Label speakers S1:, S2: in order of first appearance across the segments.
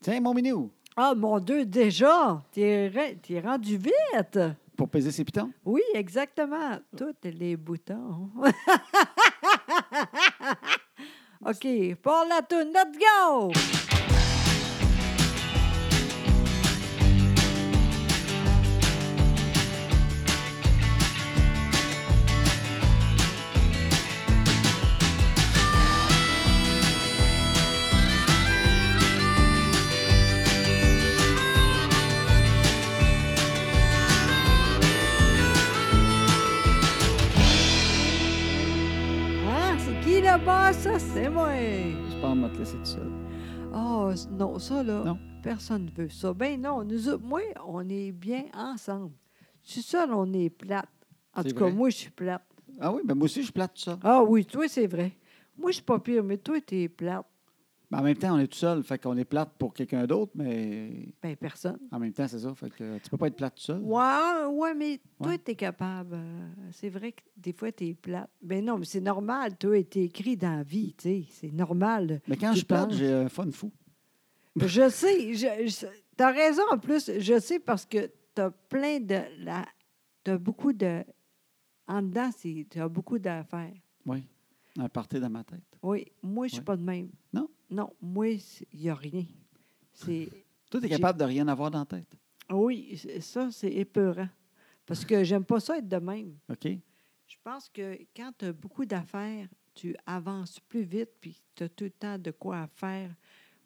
S1: Tiens, mon minou,
S2: Ah, mon Dieu, déjà, t'es re- t'es rendu vite.
S1: pour peser ses pitons.
S2: Oui, exactement. Tous les boutons. OK, pour la toune, let's go! Hein? C'est qui le boss? Ça, c'est moi.
S1: Je pense qu'on va te laisser tout seul.
S2: Oh, s- non, ça, là,
S1: Non.
S2: personne ne veut ça. Ben non, nous, autres, moi, on est bien ensemble. Tu seul, on est plate. En
S1: C'est
S2: tout
S1: vrai.
S2: cas, moi, je suis plate.
S1: Ah oui, ben moi aussi, je plate tout ça.
S2: Ah oui, toi, c'est vrai. Moi, je suis pas pire, mais toi, t'es plate.
S1: Ben, en même temps, on est tout seul, fait qu'on est plate pour quelqu'un d'autre, mais
S2: Ben, personne.
S1: en même temps, c'est ça. Fait que tu peux pas être plate tout seul.
S2: Ouais, ouais, mais
S1: Ouais.
S2: toi, t'es capable. euh, C'est vrai que des fois, t'es plate. Ben non, mais c'est normal. Toi, t'es écrit dans la vie, tu sais. C'est normal.
S1: Mais quand
S2: Tu
S1: je suis plate,
S2: penses.
S1: j'ai un fun fou.
S2: Je sais. Je, je- t'as raison, en plus. Je sais parce que t'as plein de... La, t'as beaucoup de... En dedans, c'est- t'as beaucoup d'affaires.
S1: Oui. Un party dans ma tête.
S2: Oui, moi, je suis
S1: Ouais.
S2: pas de même.
S1: Non?
S2: Non, moi, il n'y a rien. C'est...
S1: Toi, t'es
S2: J'ai-
S1: capable de rien avoir dans la tête.
S2: Oui, c'est- ça, c'est épeurant. Parce que j'aime pas ça être de même.
S1: OK?
S2: Je pense que quand tu as beaucoup d'affaires, tu avances plus vite puis tu as tout le temps de quoi à faire.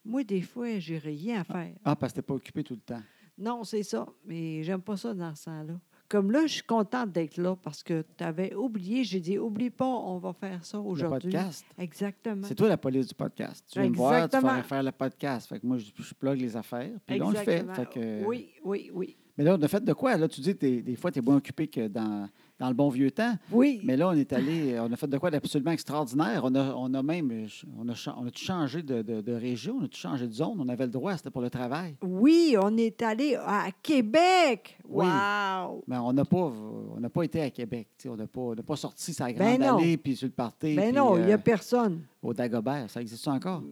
S2: Moi, des fois, j'ai rien à faire.
S1: Ah, parce que t'es pas occupé tout le temps.
S2: Non, c'est ça, mais j'aime pas ça dans ce sens-là. Comme là, je suis contente d'être là parce que tu avais oublié. J'ai dit, oublie pas, on va faire ça
S1: Le
S2: aujourd'hui.
S1: podcast.
S2: Exactement.
S1: C'est toi la police du podcast. Tu viens me voir, tu
S2: Exactement.
S1: vas faire le podcast. Fait que moi, je, je plug les affaires. Puis là, on le fait.
S2: Exactement.
S1: Fait que-
S2: Oui, oui, oui.
S1: Mais là, de fait de quoi? Là, tu dis que t'es- des fois, tu es moins occupé que dans, dans le bon vieux temps.
S2: Oui.
S1: Mais là, on est allé, euh, on a fait de quoi d'absolument extraordinaire. On a, on a même, euh, on a, cha- on a tout changé de, de- de région, on a tout changé de zone. On avait le droit, c'était pour le travail.
S2: Oui, on est allé à Québec.
S1: Oui.
S2: Wow!
S1: Mais on n'a pas, on n'a pas été à Québec. tu sais, On n'a pas, on n'a pas sorti sa grande
S2: Ben non.
S1: allée, puis sur le party,
S2: Mais
S1: puis,
S2: non, il n'y
S1: euh,
S2: a personne.
S1: au Dagobert. Ça existe encore?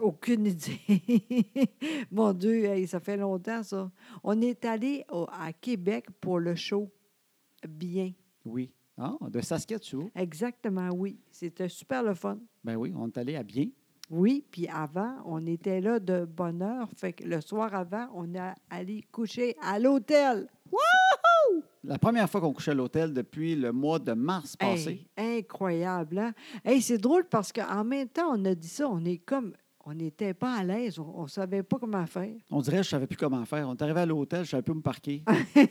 S2: Aucune idée. Mon Dieu, hey, ça fait longtemps, ça. On est allé au- à Québec pour le show. Bien.
S1: Oui. Ah, de Saskatchewan?
S2: Exactement, oui. C'était super le fun.
S1: Ben oui, on est allé à Bien.
S2: Oui, puis avant, on était là de bonne heure. Fait que le soir avant, on est allé coucher à l'hôtel.
S1: La première fois qu'on couchait à l'hôtel depuis le mois de mars passé.
S2: Hey, incroyable, hein? Hey, c'est drôle parce qu'en même temps, on a dit ça, on est comme. On n'était pas à l'aise, on ne savait pas comment faire.
S1: On dirait que je savais plus comment faire. On est arrivé à l'hôtel, je savais plus où me parquer. là,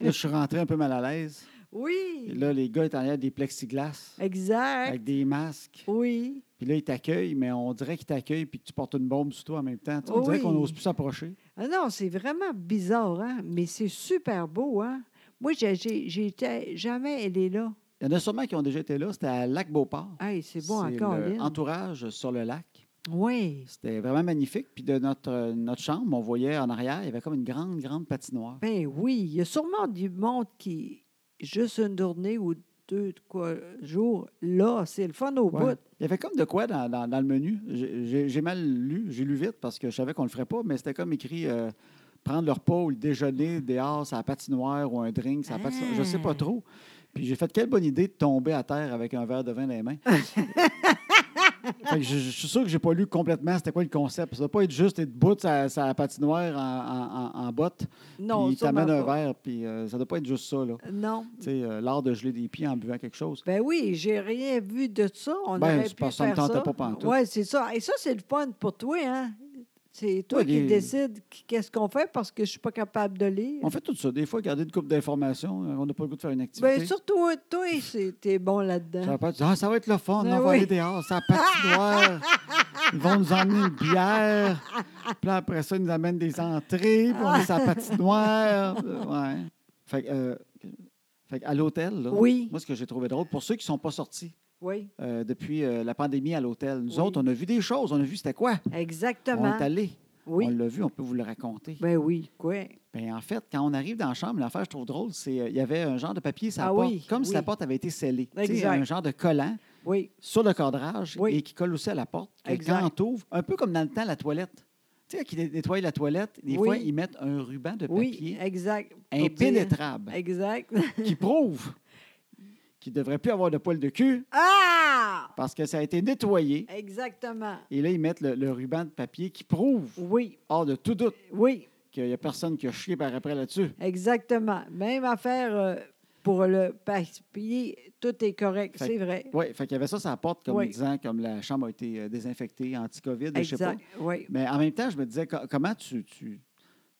S1: je suis rentré un peu mal à l'aise. Et
S2: Oui!
S1: là, les gars étaient en arrière des plexiglas
S2: Exact.
S1: avec des masques.
S2: Oui.
S1: Puis là, ils t'accueillent, mais on dirait qu'ils t'accueillent puis que tu portes une bombe sur toi en même temps. Tu sais, On dirait
S2: Oui.
S1: qu'on n'ose plus s'approcher.
S2: Ah non, c'est vraiment bizarre, hein? Mais c'est super beau, hein? Moi, j'ai- j'ai- j'étais jamais allée là.
S1: Il y en a sûrement qui ont déjà été là. C'était à Lac-Beauport.
S2: Hey, c'est bon
S1: C'est
S2: encore,
S1: le
S2: Lynn.
S1: Entourage sur le lac.
S2: Oui.
S1: C'était vraiment magnifique. Puis de notre, euh, notre chambre, on voyait en arrière, il y avait comme une grande, grande patinoire.
S2: Ben oui, il y a sûrement du monde qui, juste une journée ou deux quoi, jours, là, c'est le fun au
S1: Ouais.
S2: bout.
S1: Il y avait comme de quoi dans, dans- dans le menu. J'ai- J'ai j'ai mal lu, j'ai lu vite parce que je savais qu'on ne le ferait pas, mais c'était comme écrit euh, prendre le repas ou le déjeuner dehors, à la patinoire ou un drink, ça patinoire. Je ne sais pas
S2: Ah.
S1: trop. Puis j'ai fait quelle bonne idée de tomber à terre avec un verre de vin dans les mains. Fait que je, je suis sûr que j'ai pas lu complètement c'était quoi le concept. Ça ne pas être juste être bout à la patinoire en, en, en- en botte,
S2: Non,
S1: puis
S2: sûrement
S1: t'amènes un
S2: pas.
S1: verre, puis euh, ça doit pas être juste ça. là.
S2: Non.
S1: Tu sais, euh, l'art de geler des pieds en buvant quelque chose.
S2: Ben oui, j'ai rien vu de ça. On
S1: Ben,
S2: aurait
S1: c'est
S2: pu
S1: parce que ça me
S2: faire
S1: tentait
S2: ça.
S1: pas pantoute.
S2: Oui, c'est ça. Et ça, c'est le fun pour toi, hein? C'est toi
S1: Ouais,
S2: qui
S1: les-
S2: décides qui- qu'est-ce qu'on fait parce que je suis pas capable de lire.
S1: On fait tout ça. Des fois, garder une coupe d'informations, euh, on n'a pas le goût de faire une activité.
S2: Ben, surtout, toi, c'est- t'es bon
S1: ça,
S2: là-dedans.
S1: va pas être, Ah, ça va être le fun,
S2: Ben
S1: on va
S2: oui.
S1: aller dehors, ça patinoire. ils vont nous emmener une bière. Puis là, après ça, ils nous amènent des entrées, puis on est sur la patinoire. Euh, Ouais. Fait, que, euh, fait que à l'hôtel, là,
S2: Oui.
S1: moi, ce que j'ai trouvé drôle, pour ceux qui ne sont pas sortis
S2: Oui,
S1: euh, depuis euh, la pandémie à l'hôtel, nous
S2: Oui.
S1: autres, on a vu des choses, on a vu c'était quoi. On
S2: exactement.
S1: est allé, on
S2: Oui.
S1: l'a vu, on peut vous le raconter.
S2: Ben oui, quoi?
S1: Ben, en fait, quand on arrive dans la chambre, l'affaire, je trouve drôle, c'est euh, il y avait un genre de papier sur la
S2: Ah
S1: porte,
S2: oui,
S1: comme si
S2: oui.
S1: la porte avait été scellée. Tu sais,
S2: Exact.
S1: Un genre de collant
S2: Oui,
S1: sur le cadrage
S2: Oui.
S1: et qui colle aussi à la porte. Que
S2: Exact.
S1: Quand on t'ouvre, un peu comme dans le temps, la toilette. Tu Tu sais, qui dé- nettoient la toilette, des
S2: Oui.
S1: fois, ils mettent un ruban de
S2: Oui,
S1: papier
S2: exact. pour dire-
S1: impénétrable
S2: Exact.
S1: qui prouve qu'il ne devrait plus avoir de poils de cul
S2: Ah!
S1: parce que ça a été nettoyé.
S2: Exactement.
S1: Et là, ils mettent le, le ruban de papier qui prouve,
S2: Oui,
S1: hors de tout doute,
S2: oui,
S1: qu'il n'y a personne qui a chié par après là-dessus.
S2: exactement. Même affaire euh, pour le papier, tout est correct,
S1: Fait-
S2: c'est vrai.
S1: Oui, fait qu'il y avait ça ça apporte comme
S2: Oui.
S1: disant comme la chambre a été euh, désinfectée, anti-COVID, je sais pas.
S2: Exact, oui.
S1: Mais en même temps, je me disais, co- comment tu, tu,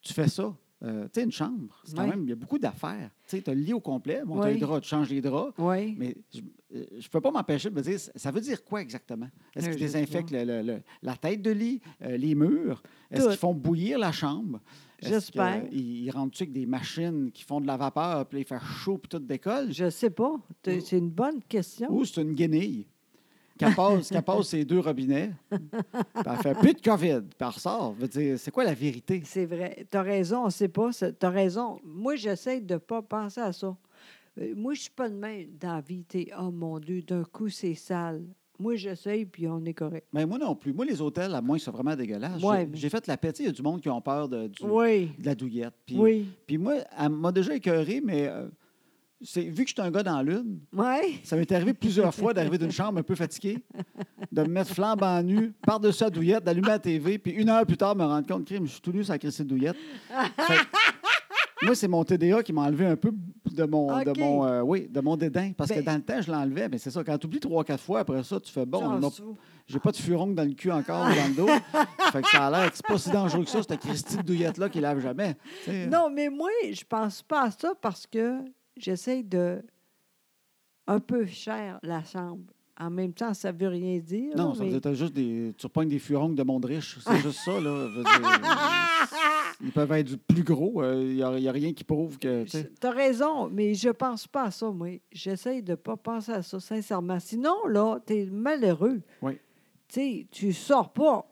S1: tu fais ça? Euh, tu sais, une chambre, c'est quand
S2: Oui.
S1: même, il y a beaucoup d'affaires. Tu sais, tu as le lit au complet, bon, tu
S2: Oui.
S1: les draps, tu changes les draps.
S2: Oui.
S1: Mais je ne peux pas m'empêcher de me dire, ça veut dire quoi exactement? Est-ce
S2: Euh,
S1: qu'ils
S2: je sais
S1: désinfectent le- le- le- la tête de lit, euh, les murs? Est-ce
S2: Tout.
S1: qu'ils font bouillir la chambre? Est-ce que,
S2: J'espère.
S1: euh, Ils, ils rentrent-tu avec des machines qui font de la vapeur, puis là, il fait chaud, puis tout décolle?
S2: Je sais pas. T'es- C'est une bonne question.
S1: Ou c'est une guenille qui passe, qu'elle passe ses deux robinets, puis elle fait plus de COVID, puis elle ressort. Je veux dire, c'est quoi la vérité?
S2: C'est vrai. Tu as raison, on ne sait pas. ça- T'as raison. Moi, j'essaie de ne pas penser à ça. Euh, Moi, je suis pas de même dans la vie. t'sais, oh mon Dieu, d'un coup, c'est sale. Moi, j'essaie, puis on est correct.
S1: Mais Ben, moi non plus. Moi, les hôtels, à moins, sont vraiment dégueulasses. J'ai-
S2: Ouais,
S1: J'ai,
S2: mais-
S1: fait la paix. Tu sais, Il y a du monde qui ont peur de, du-
S2: Oui.
S1: de la douillette. Puis,
S2: Oui.
S1: puis moi, elle m'a déjà écœuré, mais euh, c'est, vu que je suis un gars dans la l'une,
S2: Oui.
S1: ça m'est arrivé plusieurs fois d'arriver d'une chambre un peu fatigué, de me mettre flambant nu, par-dessus la douillette, d'allumer la TV, puis une heure plus tard, me rendre compte, crime, je suis tout nu sur la crise de douillette. Fait que, moi, c'est mon TDA qui m'a enlevé un peu de mon, de
S2: OK.
S1: mon, euh, oui, de mon dédain. Parce
S2: Ben-
S1: que dans le temps, je l'enlevais, mais c'est ça. Quand tu oublies trois, quatre fois après ça, tu fais bon, on
S2: J'en
S1: m'a-
S2: sou-
S1: j'ai pas de furoncle dans le cul encore ou dans le dos. fait que ça a l'air que c'est pas si dangereux que ça, cette Christie de douillette-là qui lave jamais. Tu sais,
S2: Non, mais moi, je pense pas à ça parce que j'essaie de un peu cher la chambre. En même temps, ça veut rien dire.
S1: Non,
S2: là,
S1: ça veut
S2: Ah, mais-
S1: dire que t'as juste des. Tu repognes des furons de monde riche. C'est juste ça, là. Je veux dire, ils peuvent être plus gros. Euh, Il n'y a, y a rien qui prouve que. tu sais.
S2: T'as raison, mais je pense pas à ça, moi. J'essaye de pas penser à ça, sincèrement. Sinon, là, t'es malheureux.
S1: Oui.
S2: Tu sais, tu sors pas.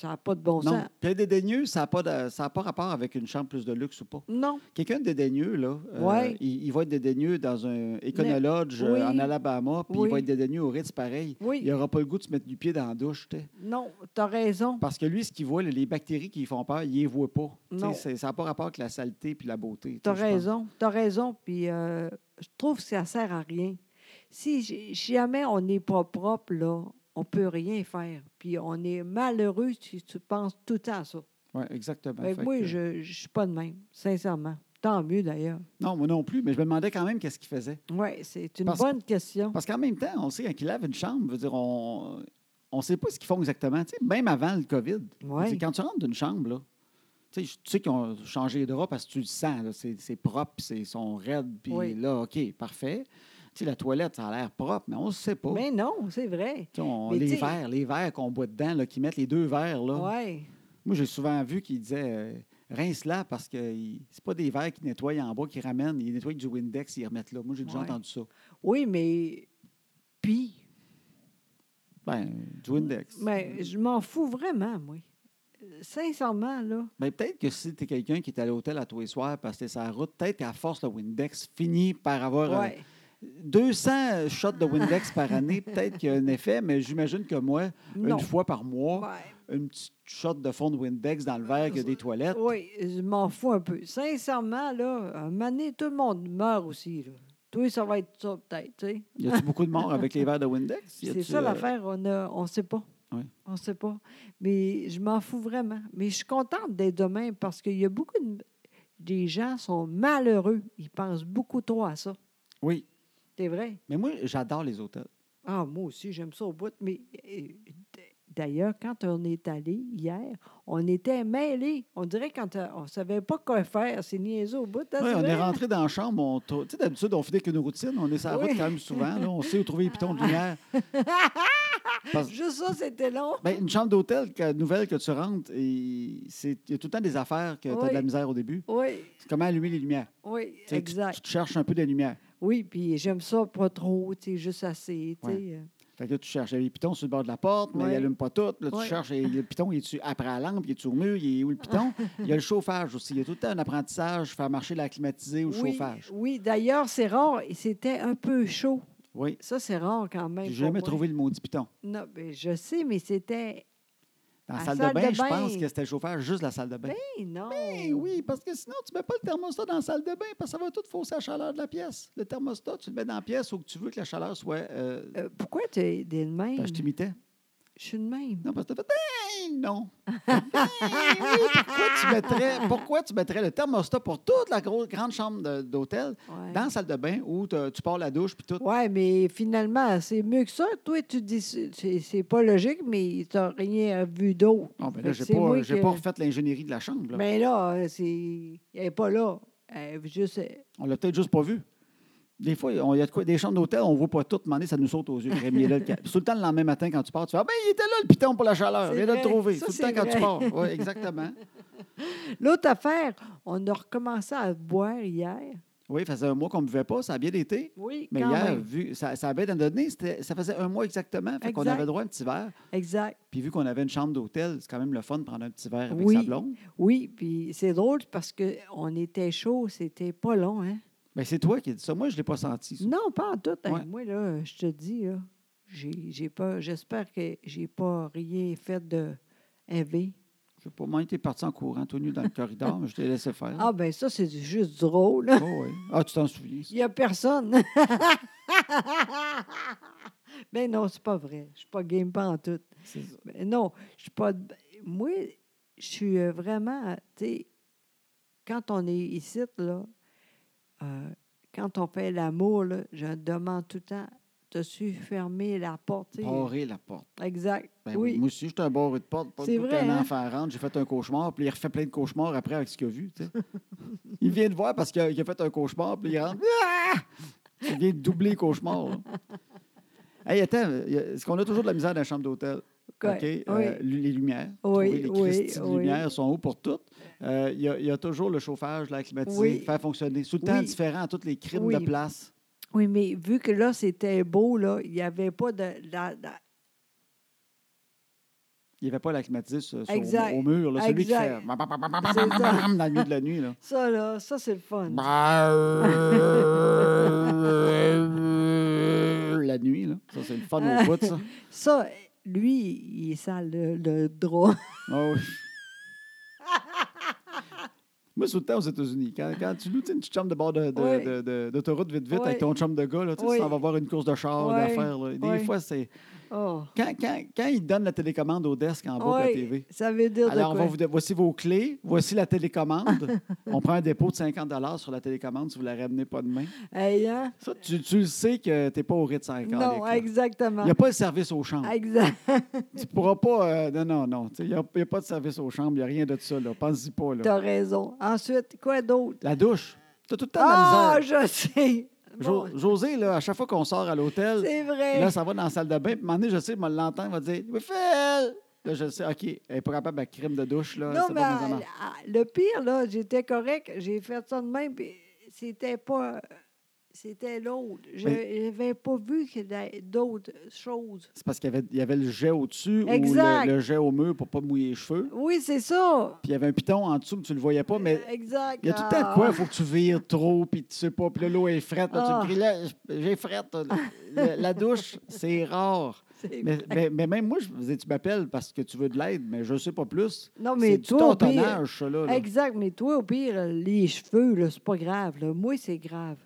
S2: Ça n'a pas de bon
S1: Non.
S2: sens.
S1: Puis être dédaigneux, ça n'a pas, de- ça a pas rapport avec une chambre plus de luxe ou pas.
S2: Non.
S1: Quelqu'un de dédaigneux, là, euh,
S2: Ouais.
S1: il, il va être dédaigneux dans un Econolodge
S2: Mais-
S1: euh, en
S2: oui.
S1: Alabama, puis il va
S2: Oui.
S1: être dédaigneux au Ritz pareil.
S2: Oui.
S1: Il n'aura pas le goût de se mettre du pied dans la douche, tu sais.
S2: Non, t'as raison.
S1: Parce que lui, ce qu'il voit, là, les bactéries qui lui font peur, il les voit pas. Tu sais,
S2: Non.
S1: c'est- Ça n'a pas rapport avec la saleté puis la beauté. tu
S2: T'as
S1: sais, je pense.
S2: raison. T'as raison. Puis euh, je trouve que ça sert à rien. Si j- jamais on n'est pas propre, là, on peut rien faire. Puis on est malheureux si tu penses tout le temps à ça.
S1: Ouais, exactement.
S2: Fait que
S1: Fait
S2: Ben, moi,
S1: que-
S2: je je suis pas de même, sincèrement. Tant mieux, d'ailleurs.
S1: Non, moi non plus, mais je me demandais quand même qu'est-ce qu'il faisait.
S2: Oui, c'est une
S1: Parce-
S2: bonne question.
S1: Parce qu'en même temps, on sait, quand il lave une chambre, veut dire, on ne sait pas ce qu'ils font exactement. Tu sais, même avant le COVID,
S2: Ouais.
S1: c'est quand tu rentres d'une chambre, là, tu sais, tu sais qu'ils ont changé les draps parce que tu le sens. là, C'est c'est propre, c'est- ils sont raides, puis
S2: Oui.
S1: là, OK, parfait. Tu sais, la toilette, ça a l'air propre, mais on ne sait pas.
S2: Mais non, c'est vrai.
S1: Tu sais, on-
S2: mais
S1: les
S2: tu sais-
S1: verres, les verres qu'on boit dedans, là, qui mettent les deux verres. Là.
S2: Oui.
S1: Moi, j'ai souvent vu qu'ils disaient euh, rince-la parce que il- c'est pas des verres qu'ils nettoient en bas, qu'ils ramènent, ils nettoient avec du Windex, ils remettent là. Moi, j'ai déjà
S2: Ouais.
S1: entendu ça.
S2: Oui, mais. Puis,
S1: Ben, du Windex. Mm.
S2: mais Ben, je m'en fous vraiment, moi. Euh, Sincèrement, là.
S1: Ben, peut-être que si tu es quelqu'un qui est à l'hôtel à tous les soirs parce que c'est sa route, peut-être qu'à force, le Windex finit par avoir euh,
S2: Ouais.
S1: 200 shots de Windex par année. Peut-être qu'il y a un effet, mais j'imagine que moi,
S2: Non.
S1: une fois par mois,
S2: Ouais.
S1: une petite shot de fond de Windex dans le verre que des toilettes.
S2: Oui, je m'en fous un peu. Sincèrement, là, à un moment donné, tout le monde meurt aussi. Là. Toi, ça va être ça, peut-être. tu sais.
S1: Y a-tu beaucoup de morts avec les verres de Windex? Y
S2: C'est
S1: a-tu,
S2: ça
S1: euh,
S2: l'affaire. On ne on sait pas.
S1: Ouais.
S2: On sait pas. Mais je m'en fous vraiment. Mais je suis contente d'être demain parce qu'il y a beaucoup de. Des gens sont malheureux. Ils pensent beaucoup trop à ça.
S1: Oui.
S2: C'est vrai.
S1: Mais moi, j'adore les hôtels.
S2: Ah, moi aussi, j'aime ça au bout. Mais euh, d- d'ailleurs, quand on est allé hier, on était mêlés. On dirait quand euh, on ne savait pas quoi faire. C'est niaiseux au bout. hein,
S1: Ouais,
S2: c'est
S1: on
S2: vrai?
S1: est rentré dans la chambre. on trou- Tu sais, d'habitude, on fait avec une routine. On est sur la
S2: Oui.
S1: route quand même souvent. là, on sait où trouver les pitons de lumière. Parce-
S2: Juste ça, c'était long.
S1: Ben, une chambre d'hôtel que- nouvelle que tu rentres, et c'est- il y a tout le temps des affaires que tu as de la
S2: Oui.
S1: misère au début.
S2: Oui,
S1: C'est comment allumer les lumières.
S2: oui,
S1: Tu sais, tu- Tu,
S2: exact.
S1: te cherches un peu de lumière.
S2: Oui, puis j'aime ça pas trop, tu sais, juste assez, tu sais. euh.
S1: Ouais. Fait que là, tu cherches. Il y a les pitons sur le bord de la porte, mais
S2: Oui.
S1: ils n'allument pas tout. Là, tu
S2: Oui.
S1: cherches. et Le piton, il est après la lampe, il est sur le mur, il est où le piton? Il y a le chauffage aussi. Il y a tout le temps un apprentissage, faire marcher la climatisée ou le
S2: oui,
S1: chauffage.
S2: oui d'ailleurs, c'est rare. et C'était un peu chaud.
S1: Oui.
S2: Ça, c'est rare quand même.
S1: J'ai
S2: pour
S1: jamais
S2: moi. ben,
S1: trouvé le maudit piton.
S2: Non, mais je sais, mais c'était
S1: Dans la
S2: La
S1: salle,
S2: salle
S1: de bain,
S2: de
S1: je pense
S2: bain.
S1: que c'était chauffeur juste la salle de bain.
S2: Eh non.
S1: Eh Ben, oui, parce que sinon, tu ne mets pas le thermostat dans la salle de bain parce que ça va tout fausser la chaleur de la pièce. Le thermostat, tu le mets dans la pièce où que tu veux que la chaleur soit. euh,
S2: Euh, pourquoi tu es de même?
S1: ben, je t'imitais.
S2: Je suis de même.
S1: Non, parce que tu as fait Hey, non. Hey, oui, pourquoi, tu mettrais, pourquoi tu mettrais le thermostat pour toute la grosse, grande chambre de- d'hôtel
S2: Ouais.
S1: dans la salle de bain où t'as- tu pars la douche puis tout?
S2: Ouais, mais finalement, c'est mieux que ça. Toi, tu dis c'est c'est pas logique, mais tu n'as rien vu d'autre.
S1: Non, ben
S2: Fait
S1: là,
S2: que
S1: j'ai
S2: c'est
S1: pas,
S2: moi
S1: j'ai
S2: que-
S1: pas refait l'ingénierie de la chambre. là.
S2: Mais là, euh, c'est. Elle n'est pas là. Elle est juste. euh,
S1: On l'a peut-être juste pas vu. Des fois, il y a de quoi, des chambres d'hôtel, on ne voit pas tout, demander, ça nous saute aux yeux. Rémi est là, le ca- Puis tout le temps, le lendemain matin, quand tu pars, tu fais Ah, ben, il était là, le piton pour la chaleur.
S2: C'est
S1: Viens de le
S2: vrai.
S1: trouver.
S2: Ça,
S1: tout le
S2: c'est
S1: temps, quand tu
S2: vrai.
S1: pars. Oui, exactement.
S2: L'autre affaire, on a recommencé à boire hier.
S1: Oui, ça faisait un mois qu'on ne buvait pas, ça a bien été.
S2: Oui,
S1: Mais
S2: quand
S1: hier,
S2: même.
S1: vu, ça, ça avait donné, c'était- ça faisait un mois exactement. Fait qu'on
S2: Exact.
S1: avait droit à un petit verre.
S2: Exact.
S1: Puis vu qu'on avait une chambre d'hôtel, c'est quand même le fun de prendre un petit verre avec
S2: Oui.
S1: sa blonde.
S2: Oui, puis c'est drôle parce qu'on était chaud, c'était pas long, hein?
S1: Ben, c'est toi qui as dit ça. Moi, je ne l'ai pas senti. ça.
S2: Non, pas en tout. Hey,
S1: Ouais.
S2: Moi, là, je te dis, là, j'ai j'ai pas. J'espère que j'ai pas rien fait de élevé.
S1: Je sais pas. Moi, tu es parti en courant, tout nu dans le corridor, mais je t'ai laissé faire.
S2: Ah ben ça, c'est du- juste drôle.
S1: Oh, oui. Ah, tu t'en souviens.
S2: Il n'y a personne. Mais Ben non, c'est pas vrai. Je suis pas game pas en tout.
S1: C'est ça.
S2: Ben non, je suis pas. Moi, je suis euh, vraiment. Tu sais, quand on est ici, là, euh, quand on fait l'amour, là, je demande tout le temps tas su fermer la porte? tu sais?
S1: Barrer la porte.
S2: Exact.
S1: Ben oui,
S2: oui.
S1: Moi aussi, j'étais un barreau de porte. Pas
S2: C'est
S1: tout
S2: vrai,
S1: un
S2: hein?
S1: enfant rentre, j'ai fait un cauchemar, puis il refait plein de cauchemars après avec ce qu'il a vu. tu sais. il vient de voir parce qu'il a, il a fait un cauchemar, puis il rentre. Ah! Il vient de doubler le cauchemar. là. Hey, attends, il y a- est-ce qu'on a toujours de la misère dans la chambre d'hôtel?
S2: Ok,
S1: OK, euh, lu- les lumières. Trouver
S2: Oui,
S1: les
S2: oui,
S1: Christies de
S2: oui.
S1: lumières sont hauts pour toutes. Euh, Il y, a- il y a toujours le chauffage, l'air climatisé,
S2: Oui.
S1: faire fonctionner. Tout le temps
S2: Oui.
S1: différent à toutes les crimes
S2: Oui.
S1: de place.
S2: Oui, mais vu que là, c'était beau, là, il n'y avait pas de. la- la-
S1: Il n'y avait pas l'air climatisé sur- sur-
S2: Exact.
S1: au, mur. là, celui qui
S2: Exact.
S1: fait bam, bam, bam, bam, bam,
S2: C'est
S1: bam,
S2: ça.
S1: bam, dans le milieu de la nuit. Là.
S2: Ça, là, ça, c'est le fun.
S1: la nuit, là. Ça, c'est le fun
S2: Euh.
S1: au bout, ça.
S2: Ça, lui, il est sale le, le drap.
S1: Ah oui. Moi, sous le temps aux États-Unis, quand, quand tu loues tu sais, une petite chambre de bord de- de-
S2: Oui.
S1: de- de- d'autoroute vite vite
S2: Oui.
S1: avec ton chum de gars, là, tu sais,
S2: Oui.
S1: tu t'en vas voir une course de char,
S2: Oui.
S1: d'affaires. là. Des
S2: Oui.
S1: fois, c'est.
S2: Oh.
S1: Quand, quand, quand ils te donnent la télécommande au desk en bas de la
S2: Oui,
S1: TV,
S2: Ça veut dire
S1: alors
S2: de
S1: on
S2: quoi?
S1: va vous don- voici vos clés, voici la télécommande. on prend un dépôt de 50 sur la télécommande si vous la ramenez pas demain.
S2: Hey, hein?
S1: Ça, tu, tu le sais que tu n'es pas au rite 50.
S2: Non,
S1: Il
S2: exactement.
S1: n'y a pas de service aux chambres.
S2: Exact.
S1: Tu pourras pas. euh, non, non, non. tu sais, Il n'y a, il y a pas de service aux chambres. Il n'y a rien de ça. là. Pense-y pas. Là.
S2: T'as raison. Ensuite, quoi d'autre?
S1: La douche. Tu as tout le temps de la
S2: Ah,
S1: misère.
S2: je sais.
S1: Jo-
S2: Bon,
S1: José, là, à chaque fois qu'on sort à l'hôtel,
S2: c'est vrai.
S1: là, ça va dans la salle de bain. Puis, à un moment donné, je sais, moi, l'entends, il va dire Oui, Phil! Là, je sais, OK, elle n'est pas capable de crime de douche. Là,
S2: non,
S1: ça
S2: mais
S1: va dans les
S2: ah,
S1: affaires.
S2: ah, le pire, là, j'étais correct. J'ai fait ça de même, puis c'était pas... C'était l'autre. Je n'avais pas vu qu'il y avait d'autres choses.
S1: C'est parce qu'il y avait, il y avait le jet au-dessus ou le,
S2: Exact.
S1: le jet au mur pour pas mouiller les cheveux.
S2: Oui, c'est ça.
S1: Puis il y avait un piton en dessous, mais tu le voyais pas, mais
S2: Exact.
S1: Il y a tout le temps de
S2: Ah.
S1: quoi, il faut que tu vires trop, puis tu sais pas, puis là, l'eau est frette, là,
S2: Ah.
S1: tu me cries, là, j- j'ai frette. là. Le- la douche, c'est rare.
S2: C'est-
S1: Mais, mais- mais même moi, je me disais, tu m'appelles parce que tu veux de l'aide, mais je sais pas plus.
S2: Non,
S1: c'est
S2: Ah, mais
S1: du
S2: toi, au pire-
S1: tâtonnage, ça, là. là.
S2: Exact, mais toi, au pire, les cheveux, là, c'est pas grave. là. Moi, c'est grave.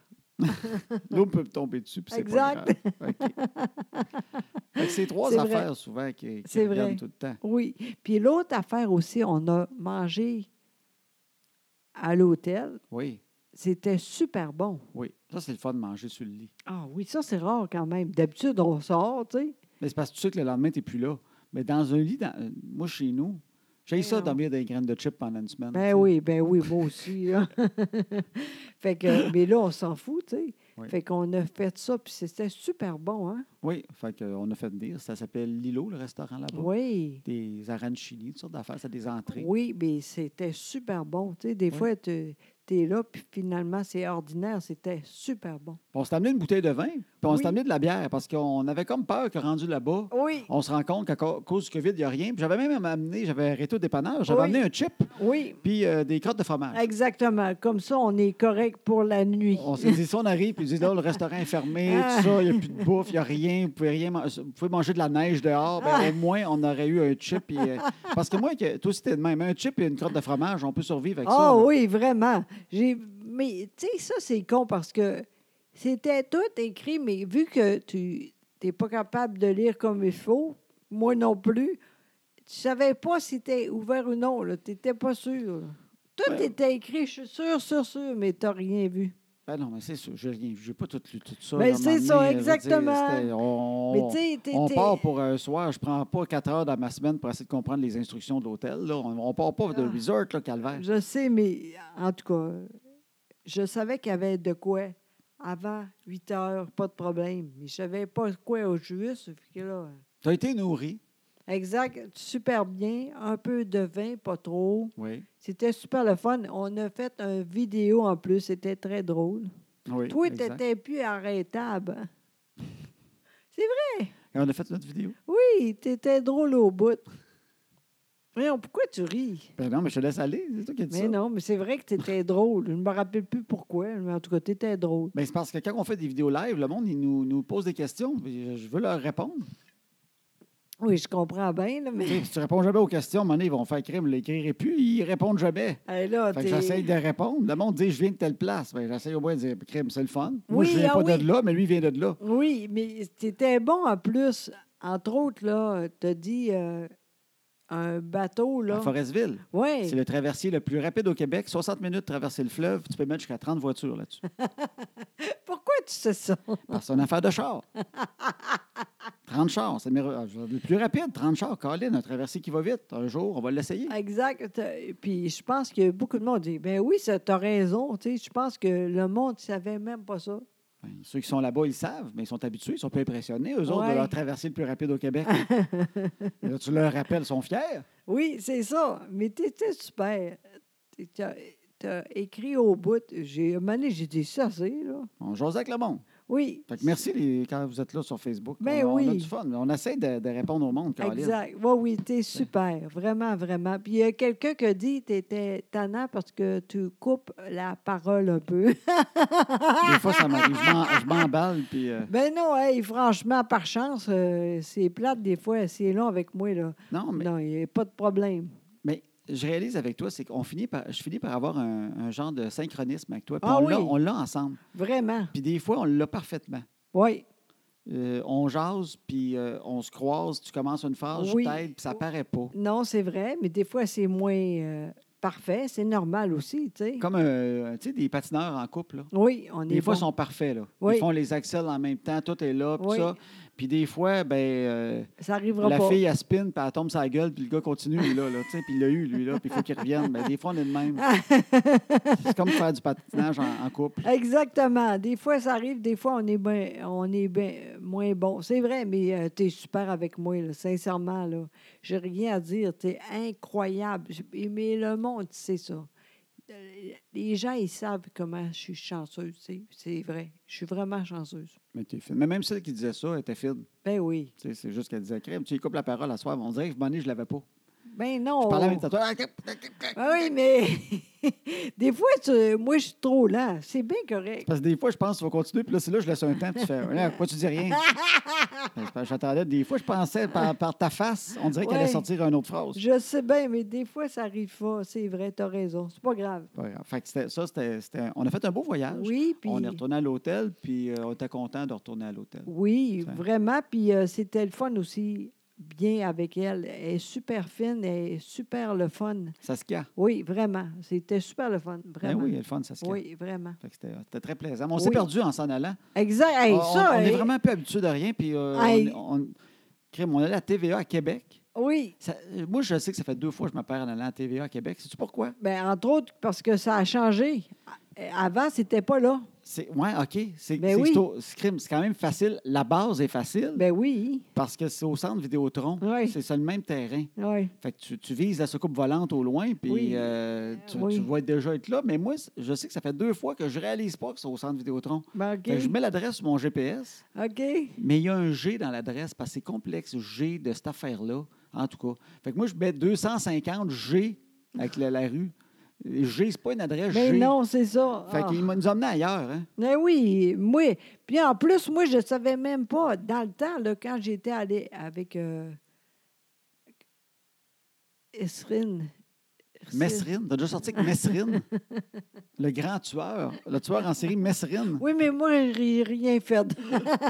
S1: L'eau peut me tomber dessus, puis c'est
S2: Exact.
S1: pas grave. OK. Fait que c'est trois
S2: C'est vrai.
S1: affaires, souvent, qui, qui
S2: C'est
S1: reviennent
S2: vrai.
S1: tout le temps.
S2: Oui. Puis l'autre affaire aussi, on a mangé à l'hôtel.
S1: Oui,
S2: C'était super bon.
S1: oui. Ça, c'est le fun de manger sur le lit.
S2: Ah oui, ça, c'est rare quand même. D'habitude, on sort, tu sais.
S1: Mais c'est parce que tu sais que le lendemain, tu n'es plus là. Mais dans un lit, dans- euh, moi, chez nous, j'ai
S2: Ben
S1: ça
S2: non.
S1: dormir des graines de chips pendant une semaine. tu
S2: Ben
S1: sais.
S2: oui, ben oui, moi aussi. là. fait que, mais là, on s'en fout, tu sais.
S1: Oui.
S2: Fait qu'on a fait ça, puis c'était super bon, hein?
S1: Oui, fait que, euh, on a fait venir. Ça s'appelle Lilo, le restaurant là-bas.
S2: Oui.
S1: Des arancini, toutes sortes d'affaires. C'est des entrées.
S2: Oui, mais c'était super bon, tu sais. Des
S1: Oui.
S2: fois, tu es là, puis finalement, c'est ordinaire. C'était super bon.
S1: On s'est amené une bouteille de vin Puis on
S2: Oui.
S1: s'est amené de la bière parce qu'on avait comme peur que rendu là-bas,
S2: Oui,
S1: on se rend compte qu'à co- cause du COVID, il n'y a rien. Puis j'avais même amené, j'avais arrêté au dépanneur, j'avais
S2: Oui.
S1: amené un chip
S2: oui,
S1: puis euh, des crottes de fromage.
S2: exactement. Comme ça, on est correct pour la nuit.
S1: On s'est dit, si on arrive, puis ils disent, là, le restaurant est fermé,
S2: Ah.
S1: tout ça, il n'y a plus de bouffe, il n'y a rien, vous pouvez, rien man- vous pouvez manger de la neige dehors,
S2: Ah.
S1: ben, au moins, on aurait eu un chip. et, euh, parce que moi, que- toi aussi, t'es de même. Un chip et une crotte de fromage, on peut survivre avec ça.
S2: Ah
S1: là.
S2: oui, vraiment. J'ai mais tu sais ça c'est con parce que c'était tout écrit mais vu que tu n'es pas capable de lire comme il faut, moi non plus, tu savais pas si c'était ouvert ou non, tu n'étais pas sûr. là. Tout
S1: Ouais.
S2: était écrit, je suis sûr, sûr, sûr, mais tu n'as rien vu.
S1: Ben non, mais c'est sûr, je n'ai pas tout lu, tout ça.
S2: Ben,
S1: là, à un
S2: c'est
S1: moment
S2: ça,
S1: donné, je veux dire,
S2: exactement.
S1: c'était- on-
S2: mais tu sais, t'es-
S1: On
S2: t'es-
S1: part pour un soir, je prends pas quatre heures dans ma semaine pour essayer de comprendre les instructions de l'hôtel. là. On, on part pas de
S2: Ah.
S1: resort, là, calvaire.
S2: Je sais, mais en tout cas, je savais qu'il y avait de quoi. Avant 8 heures, pas de problème. Mais je savais pas quoi au juste. fait que là,
S1: Tu as été nourri.
S2: Exact. Super bien. Un peu de vin, pas trop.
S1: Oui.
S2: C'était super le fun. On a fait une vidéo en plus. C'était très drôle.
S1: Oui.
S2: Toi,
S1: exact.
S2: t'étais plus arrêtable. hein?
S1: Et on a fait notre vidéo.
S2: Oui, t'étais drôle au bout. Voyons, pourquoi tu ris?
S1: Ben non, mais je te laisse aller. C'est toi qui as dit
S2: Mais
S1: ça.
S2: non, mais c'est vrai que t'étais drôle. Je ne me rappelle plus pourquoi, mais en tout cas, t'étais drôle.
S1: Ben, c'est parce que quand on fait des vidéos live, le monde, il nous, nous pose des questions. puis Je, je veux leur répondre.
S2: Oui, je comprends bien, là,
S1: Tu
S2: mais...
S1: sais, si tu réponds jamais aux questions, à un moment donné, ils vont faire crime, l'écrire et puis ils répondent jamais.
S2: Hey, là,
S1: Fait que
S2: t'es-
S1: j'essaye de répondre. Le monde dit je viens de telle place. Ben, j'essaye au moins de dire crime, c'est le fun. Moi,
S2: Oui,
S1: je viens
S2: ah
S1: pas
S2: oui.
S1: de là, mais lui il vient de là.
S2: Oui, mais c'était bon en plus. Entre autres, là, t'as dit euh, un bateau,
S1: À
S2: là.
S1: Forestville.
S2: Oui.
S1: C'est le traversier le plus rapide au Québec. 60 minutes de traverser le fleuve, tu peux mettre jusqu'à 30 voitures là-dessus.
S2: Pourquoi tu sais ça?
S1: Parce que c'est une affaire de char. 30 chars, c'est le meilleur- ah, je veux dire, le plus rapide, 30 chars. Colin, un traversier qui va vite. Un jour, on va l'essayer.
S2: Exact. Euh, Puis je pense que beaucoup de monde dit Ben oui, ça, t'as raison. Tu sais, je pense que le monde ne savait même pas ça.
S1: Ben, ceux qui sont là-bas, ils savent, mais ils sont habitués, ils sont peu impressionnés, eux autres, de
S2: Ouais.
S1: leur traversier le plus rapide au Québec. Et là, tu leur rappelles, ils sont fiers.
S2: Oui, c'est ça. Mais t'étais super. T'es- T'as t'as écrit au bout. J'ai un moment donné, j'ai dit ça, c'est là.
S1: On jose avec le monde.
S2: Oui.
S1: Fait que merci les- quand vous êtes là sur Facebook.
S2: Ben
S1: on, on a
S2: oui.
S1: du fun. On essaie de, de répondre au monde, Colin.
S2: Exact. Oui, oui, t'es super. Vraiment, vraiment. Puis il y a quelqu'un qui a dit que t'étais tannant parce que tu coupes la parole un peu.
S1: Des fois, ça m'arrive. Je m'en- Je m'emballe, puis... euh,
S2: ben non, hey, franchement, par chance, euh, c'est plate des fois, c'est long avec moi, là.
S1: Non, mais...
S2: Non, il n'y a pas de problème.
S1: Mais je réalise avec toi, c'est qu'on finit par, je finis par avoir un, un genre de synchronisme avec toi. Puis
S2: Ah
S1: on l'a-
S2: oui.
S1: on l'a ensemble.
S2: Vraiment.
S1: Puis des fois, on l'a parfaitement.
S2: Oui.
S1: Euh, on jase, puis euh, on se croise, tu commences une phrase,
S2: Oui.
S1: je t'aide, puis ça paraît pas.
S2: Non, c'est vrai, mais des fois, c'est moins euh, parfait. C'est normal aussi, tu sais.
S1: Comme euh, tu sais, des patineurs en couple. Là.
S2: Oui, on est
S1: Des fois, ils
S2: bon.
S1: sont parfaits. Là.
S2: Oui.
S1: Ils font les axelles en même temps, tout est là, puis
S2: Oui.
S1: ça. Puis des fois, ben, euh,
S2: ça arrivera
S1: la
S2: pas.
S1: fille, elle spin, puis elle tombe sa gueule, puis le gars continue, lui, là. là tu sais, puis il l'a eu, lui, là, puis il faut qu'il revienne. Ben, des fois, on est de même. c'est comme faire du patinage en- en couple.
S2: Exactement. Des fois, ça arrive. Des fois, on est ben- on est ben- moins bon. C'est vrai, mais tu es super avec moi, là, sincèrement. Là. J'ai rien à dire. Tu es incroyable. Je- Mais le monde, c'est ça. Euh, Les gens, ils savent comment je suis chanceuse. tu sais. C'est vrai. Je suis vraiment chanceuse.
S1: Mais t'es fine. Mais même celle qui disait ça était fine.
S2: Ben oui.
S1: Tu sais, C'est juste qu'elle disait crème. Tu lui coupes la parole à soir. On dirait que Bonnie, je l'avais pas.
S2: Ben non.
S1: Je parlais avec ta
S2: Ah oui, mais des fois, tu- moi, je suis trop lent. C'est bien correct.
S1: Parce que des fois, je pense, tu vas continuer. Puis là, c'est là, je laisse un temps. Puis tu fais, là, pourquoi tu dis rien? Ben, c'est parce que J'attendais. Des fois, je pensais par, par ta face, on dirait qu'elle allait
S2: Ouais.
S1: sortir une autre phrase.
S2: Je sais bien, mais des fois, ça arrive pas. C'est vrai, t'as raison. C'est pas grave.
S1: Pas grave. Fait que c'était- ça, c'était. c'était un- On a fait un beau voyage.
S2: Oui, puis.
S1: On est retourné à l'hôtel, puis euh, on était content de retourner à l'hôtel.
S2: Oui,
S1: Ça.
S2: vraiment. Puis euh, c'était le fun aussi, bien avec elle. Elle est super fine, elle est super le fun.
S1: Saskia.
S2: Oui, vraiment. C'était super le fun,
S1: Ben
S2: vraiment.
S1: oui, elle est le fun, Saskia.
S2: Oui, vraiment.
S1: Fait que C'était c'était très plaisant. Mais on s'est
S2: Oui.
S1: perdu en s'en allant.
S2: Exact. Hey,
S1: on,
S2: ça,
S1: on est
S2: hey,
S1: vraiment plus habitué de rien. Puis, euh,
S2: Hey.
S1: on, on- crime, on a la TVA à Québec.
S2: Oui.
S1: Ça- euh, moi, je sais que ça fait deux fois que je me perds en allant à TVA à Québec. Sais-tu pourquoi?
S2: Ben, entre autres, parce que ça a changé. A- Avant, c'était pas là.
S1: C'est, ouais, OK. C'est,
S2: Ben
S1: c'est-
S2: oui.
S1: c'est au- c'est crime. C'est quand même facile. La base est facile
S2: Ben oui,
S1: parce que c'est au centre Vidéotron.
S2: Oui.
S1: C'est sur le même terrain.
S2: oui.
S1: Fait que tu, tu vises la soucoupe volante au loin, puis
S2: Oui. Eh
S1: euh, tu,
S2: Oui.
S1: tu vas déjà être là. Mais moi, c- je sais que ça fait deux fois que je réalise pas que c'est au centre Vidéotron.
S2: Ben,
S1: Fait que je
S2: OK.
S1: mets l'adresse sur mon GPS.
S2: OK.
S1: Mais il y a un G dans l'adresse parce que c'est complexe, G de cette affaire-là, en tout cas. Fait que moi, je mets 250 G avec la, la rue. G, c'est pas une adresse
S2: Mais
S1: G.
S2: non, c'est ça.
S1: Fait
S2: Ah.
S1: qu'il m'a- nous a emmenés ailleurs. Hein?
S2: Ben oui, moi. Puis en plus, moi, je ne savais même pas. Dans le temps, là, quand j'étais allée avec euh, Esrine.
S1: Mesrine. T'as déjà sorti avec Mesrine? le grand tueur. Le tueur en série Mesrine.
S2: Oui, mais moi, j'ai rien fait.
S1: Ouais,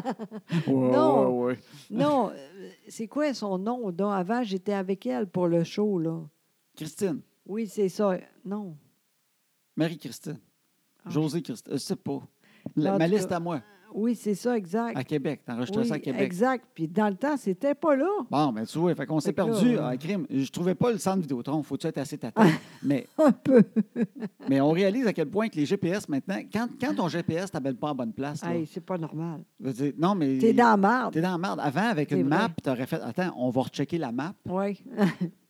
S2: Non.
S1: ouais, ouais.
S2: non, euh, c'est quoi son nom? Donc, avant, j'étais avec elle pour le show, là.
S1: Christine.
S2: Oui, c'est ça. Non.
S1: Marie-Christine.
S2: Ah.
S1: José Christine. Je sais pas.
S2: En
S1: La-
S2: tout
S1: ma
S2: cas,
S1: liste à moi,
S2: Oui, c'est ça, exact.
S1: à Québec. T'enregistrais
S2: Oui,
S1: ça à Québec.
S2: Exact. Puis dans le temps, c'était pas là.
S1: Bon, mais tu vois, fait qu'on s'est
S2: Fait que là,
S1: perdu
S2: euh,
S1: en crime. Je trouvais pas le centre Vidéotron. Faut-tu être assez tâton? mais
S2: Un peu.
S1: Mais on réalise à quel point que les GPS maintenant, quand, quand ton GPS t'amène pas en bonne place, là,
S2: Hey, c'est pas normal.
S1: je veux dire, non, mais.
S2: T'es dans la marde.
S1: T'es dans la merde. Avant, avec
S2: C'est
S1: une
S2: vrai.
S1: map, tu aurais fait Attends, on va rechecker la map.
S2: Oui.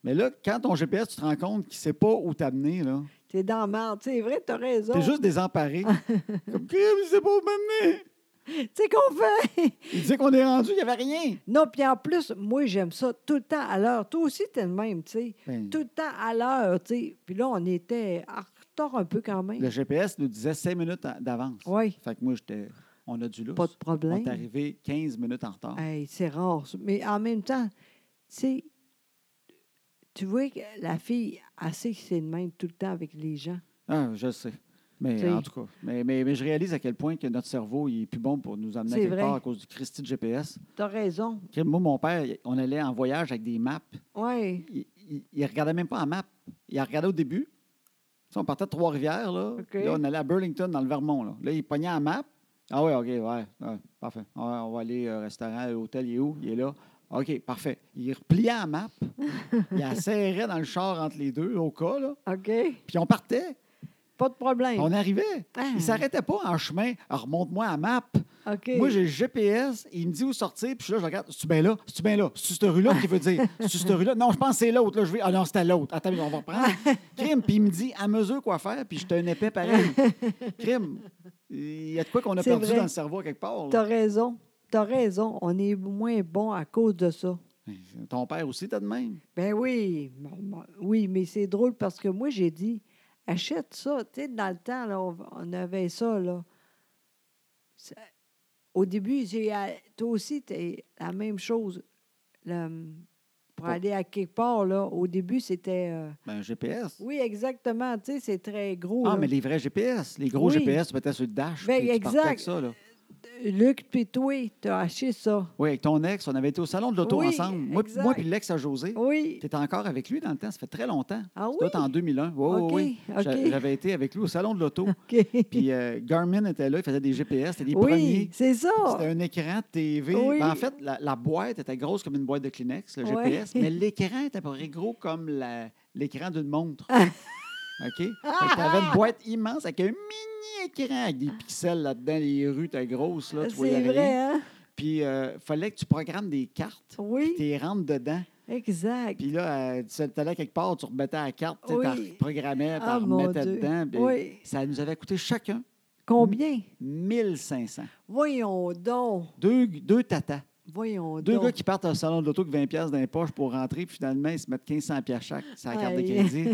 S1: Mais là, quand ton GPS, tu te rends compte qu'il ne sait pas où t'amener, là.
S2: T'es dans la marde. C'est vrai, t'as raison.
S1: T'es juste désemparé. Comme crime, il sait pas où m'amener.
S2: Tu sais qu'on fait.
S1: Il disait qu'on est rendu, il n'y avait rien.
S2: non, puis en plus, moi, j'aime ça tout le temps à l'heure. Toi aussi, t'es le même, tu sais.
S1: Ben,
S2: Tout le temps à l'heure, tu sais. Puis là, on était en retard un peu quand
S1: le
S2: même.
S1: GPS nous disait 5 minutes en- d'avance.
S2: Oui,
S1: Fait que moi, j'étais. On a du lousse.
S2: pas
S1: on
S2: de
S1: est
S2: problème.
S1: arrivé 15 minutes en retard.
S2: Hey, c'est rare. ça. Mais en même temps, tu sais, tu vois que la fille, elle sait que c'est le même tout le temps avec les gens.
S1: Ah, je le sais. Mais
S2: T'sais.
S1: en tout cas, mais, mais, mais je réalise à quel point que notre cerveau il est plus bon pour nous amener à
S2: C'est
S1: quelque
S2: vrai.
S1: part à cause du Christy de GPS.
S2: T'as raison.
S1: Crime, Moi, mon père, il- on allait en voyage avec des maps.
S2: Oui.
S1: Il, il, il regardait même pas en map. Il la regardait au début. Tu sais, on partait de Trois-Rivières, là.
S2: OK.
S1: Puis Là, on allait à Burlington, dans le Vermont, là. Là, il pognait en map. Ah oui, OK, ouais, ouais, parfait. Ouais, on va aller au restaurant, l'hôtel, il est où? Il est là. OK, parfait. Il repliait en map. il la serrait dans le char entre les deux, au cas, là.
S2: OK.
S1: Puis on partait.
S2: Pas de problème.
S1: On arrivait.
S2: Ah,
S1: Il ne s'arrêtait pas en chemin. Ah, Remonte-moi à map.
S2: OK.
S1: Moi, j'ai le GPS. Il me dit où sortir. Puis je suis là, je regarde. C'est-tu bien là? C'est-tu bien là? C'est-tu cette rue-là qui veut dire? C'est-tu cette rue-là? Non, je pense que c'est l'autre. Là, je vais. Ah non, c'était l'autre. Attends, on va reprendre. Crime. Puis il me dit à mesure quoi faire. Puis j'étais un épais pareil. Crime. Il y a de quoi qu'on a
S2: C'est
S1: perdu
S2: vrai.
S1: dans le cerveau à quelque part.
S2: T'as
S1: là.
S2: raison. T'as raison. On est moins bon à cause de ça.
S1: Ton père aussi, t'as de même.
S2: Ben oui. mon- mon- Oui, mais c'est drôle parce que moi, j'ai dit, achète ça. Tu sais, dans le temps, là, on, on avait ça, là. Ça- au début, c'est à- toi aussi, t'es la même chose. Le- pour
S1: Pas-
S2: aller à quelque part, là, au début, c'était... euh,
S1: Ben, un GPS.
S2: oui, exactement. Tu sais, c'est très gros.
S1: Ah,
S2: là.
S1: mais les vrais GPS. Les gros
S2: Oui.
S1: GPS, tu mettais sur le dash.
S2: Ben,
S1: puis tu partais
S2: exact.
S1: avec ça, là.
S2: Luc, puis toi, t'as acheté ça.
S1: Oui, avec ton ex, on avait été au salon de l'auto
S2: Oui,
S1: ensemble. Moi,
S2: exact.
S1: moi puis l'ex à José.
S2: Oui.
S1: Tu étais encore avec lui dans le temps, ça fait très longtemps.
S2: Ah oui?
S1: Toi, en 2001. Oui, oui,
S2: OK,
S1: oui. J'a-
S2: OK.
S1: J'avais été avec lui au salon de l'auto.
S2: OK.
S1: Puis euh, Garmin était là, il faisait des GPS, c'était les
S2: Oui,
S1: premiers.
S2: c'est ça.
S1: C'était un écran TV.
S2: Oui.
S1: Ben, en fait, la, la boîte était grosse comme une boîte de Kleenex, le
S2: Ouais.
S1: GPS, mais l'écran était à peu près gros comme la- l'écran d'une montre. OK? Tu avais une boîte immense avec un mini écran avec des pixels là-dedans, les rues étaient grosses, là, tu voyais
S2: C'est vrai,
S1: rien.
S2: hein?
S1: Puis il fallait que tu programmes des cartes, puis
S2: Oui,
S1: tu les rentres dedans.
S2: exact.
S1: Puis là, euh, tu allais quelque part, tu remettais la carte, tu
S2: Oui.
S1: sais, t'en programmais, tu
S2: Ah, mon
S1: remettais
S2: Dieu.
S1: dedans. puis
S2: Oui.
S1: Ça nous avait coûté chacun
S2: Combien?
S1: 1500.
S2: Hmm. Voyons donc.
S1: Deux, deux tatas.
S2: Voyons
S1: Deux
S2: donc.
S1: gars qui partent au salon de l'auto avec 20 pièces dans les poches pour rentrer, puis finalement, ils se mettent 1500 pièces chaque sur la carte de
S2: Aïe.
S1: crédit.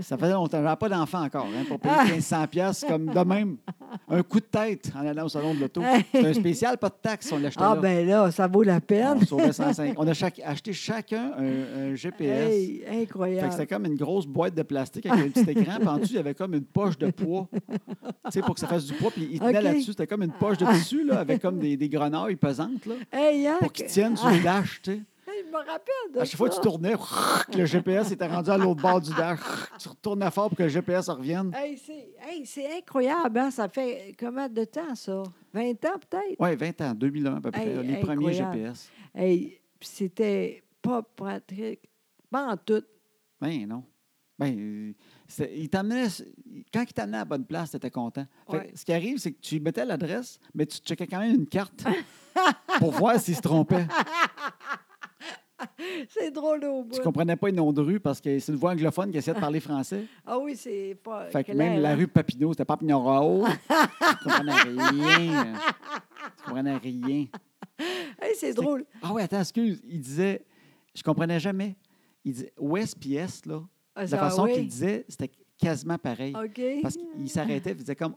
S1: Ça faisait longtemps. J'avais pas d'enfant encore hein, pour payer
S2: Ah.
S1: 1500 pièces comme de même. Un coup de tête en allant au salon de l'auto. C'est un spécial, pas de taxe, on l'achetait
S2: Ah,
S1: là.
S2: ben là, ça vaut la peine.
S1: On sauvait 105. On a chaque- acheté chacun un, un GPS.
S2: Hey,
S1: Fait
S2: incroyable.
S1: que c'était comme une grosse boîte de plastique avec un petit écran. Puis en dessous, il y avait comme une poche de poids. Tu sais, pour que ça fasse du poids. Puis il tenait
S2: OK.
S1: là-dessus. C'était comme une poche de tissu, là, avec comme des, des grenouilles pesantes, là,
S2: Hey, hein,
S1: pour qu'ils
S2: que-
S1: tiennent sur le dash, tu sais.
S2: Ah, je me rappelle de
S1: À chaque fois que
S2: ça.
S1: tu tournais, le GPS était rendu à l'autre bord du dash. Tu retournais fort pour que le GPS revienne.
S2: Hey, c'est hey, c'est incroyable, hein? Ça fait combien de temps, ça? 20 ans, peut-être?
S1: Oui, 20 ans, 2001 à peu près,
S2: Euh. Hey,
S1: les premiers
S2: incroyable.
S1: GPS.
S2: Hey, puis c'était pas pratique. Pas en tout.
S1: Ben non. Ben, c'est- il t'amenait, quand il t'amenait à la bonne place, tu étais content. Fait que
S2: Ouais.
S1: Ce qui arrive, c'est que tu mettais l'adresse, mais tu checkais quand même une carte pour voir s'il se trompait.
S2: C'est drôle au bout.
S1: Tu comprenais pas les noms de rue parce que c'est une voix anglophone qui essayait de parler français.
S2: Ah oui, c'est pas.
S1: Fait que
S2: clair,
S1: même la
S2: hein.
S1: rue Papineau, c'était Papignonrao. tu comprenais rien. Tu comprenais rien.
S2: Hey, c'est drôle.
S1: Ah oui, attends, excuse. Il disait, je comprenais jamais. Il disait Ouest puis Est, là.
S2: Ah,
S1: De
S2: ça-
S1: la façon
S2: ah oui.
S1: qu'il disait, c'était quasiment pareil.
S2: OK.
S1: Parce qu'il s'arrêtait, puis il disait comme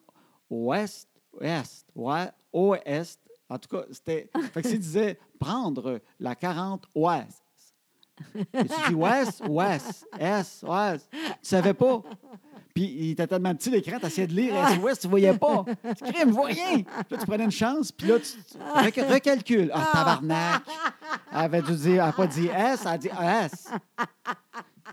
S1: ouest, ouest, ouest, ouest. En tout cas, c'était. Fait que s'il disait prendre la 40 ouest. Et tu dis ouest, ouest, est, ouest. Tu savais pas. Puis il était tellement petit l'écran, tu essayais de lire est, ouest, tu voyais pas. Tu criais, je vois rien. Là, tu prenais une chance, puis là, tu tu rec- recalcules. Ah, tabarnak. Elle avait dû dire, elle n'a pas dit S, elle a dit S.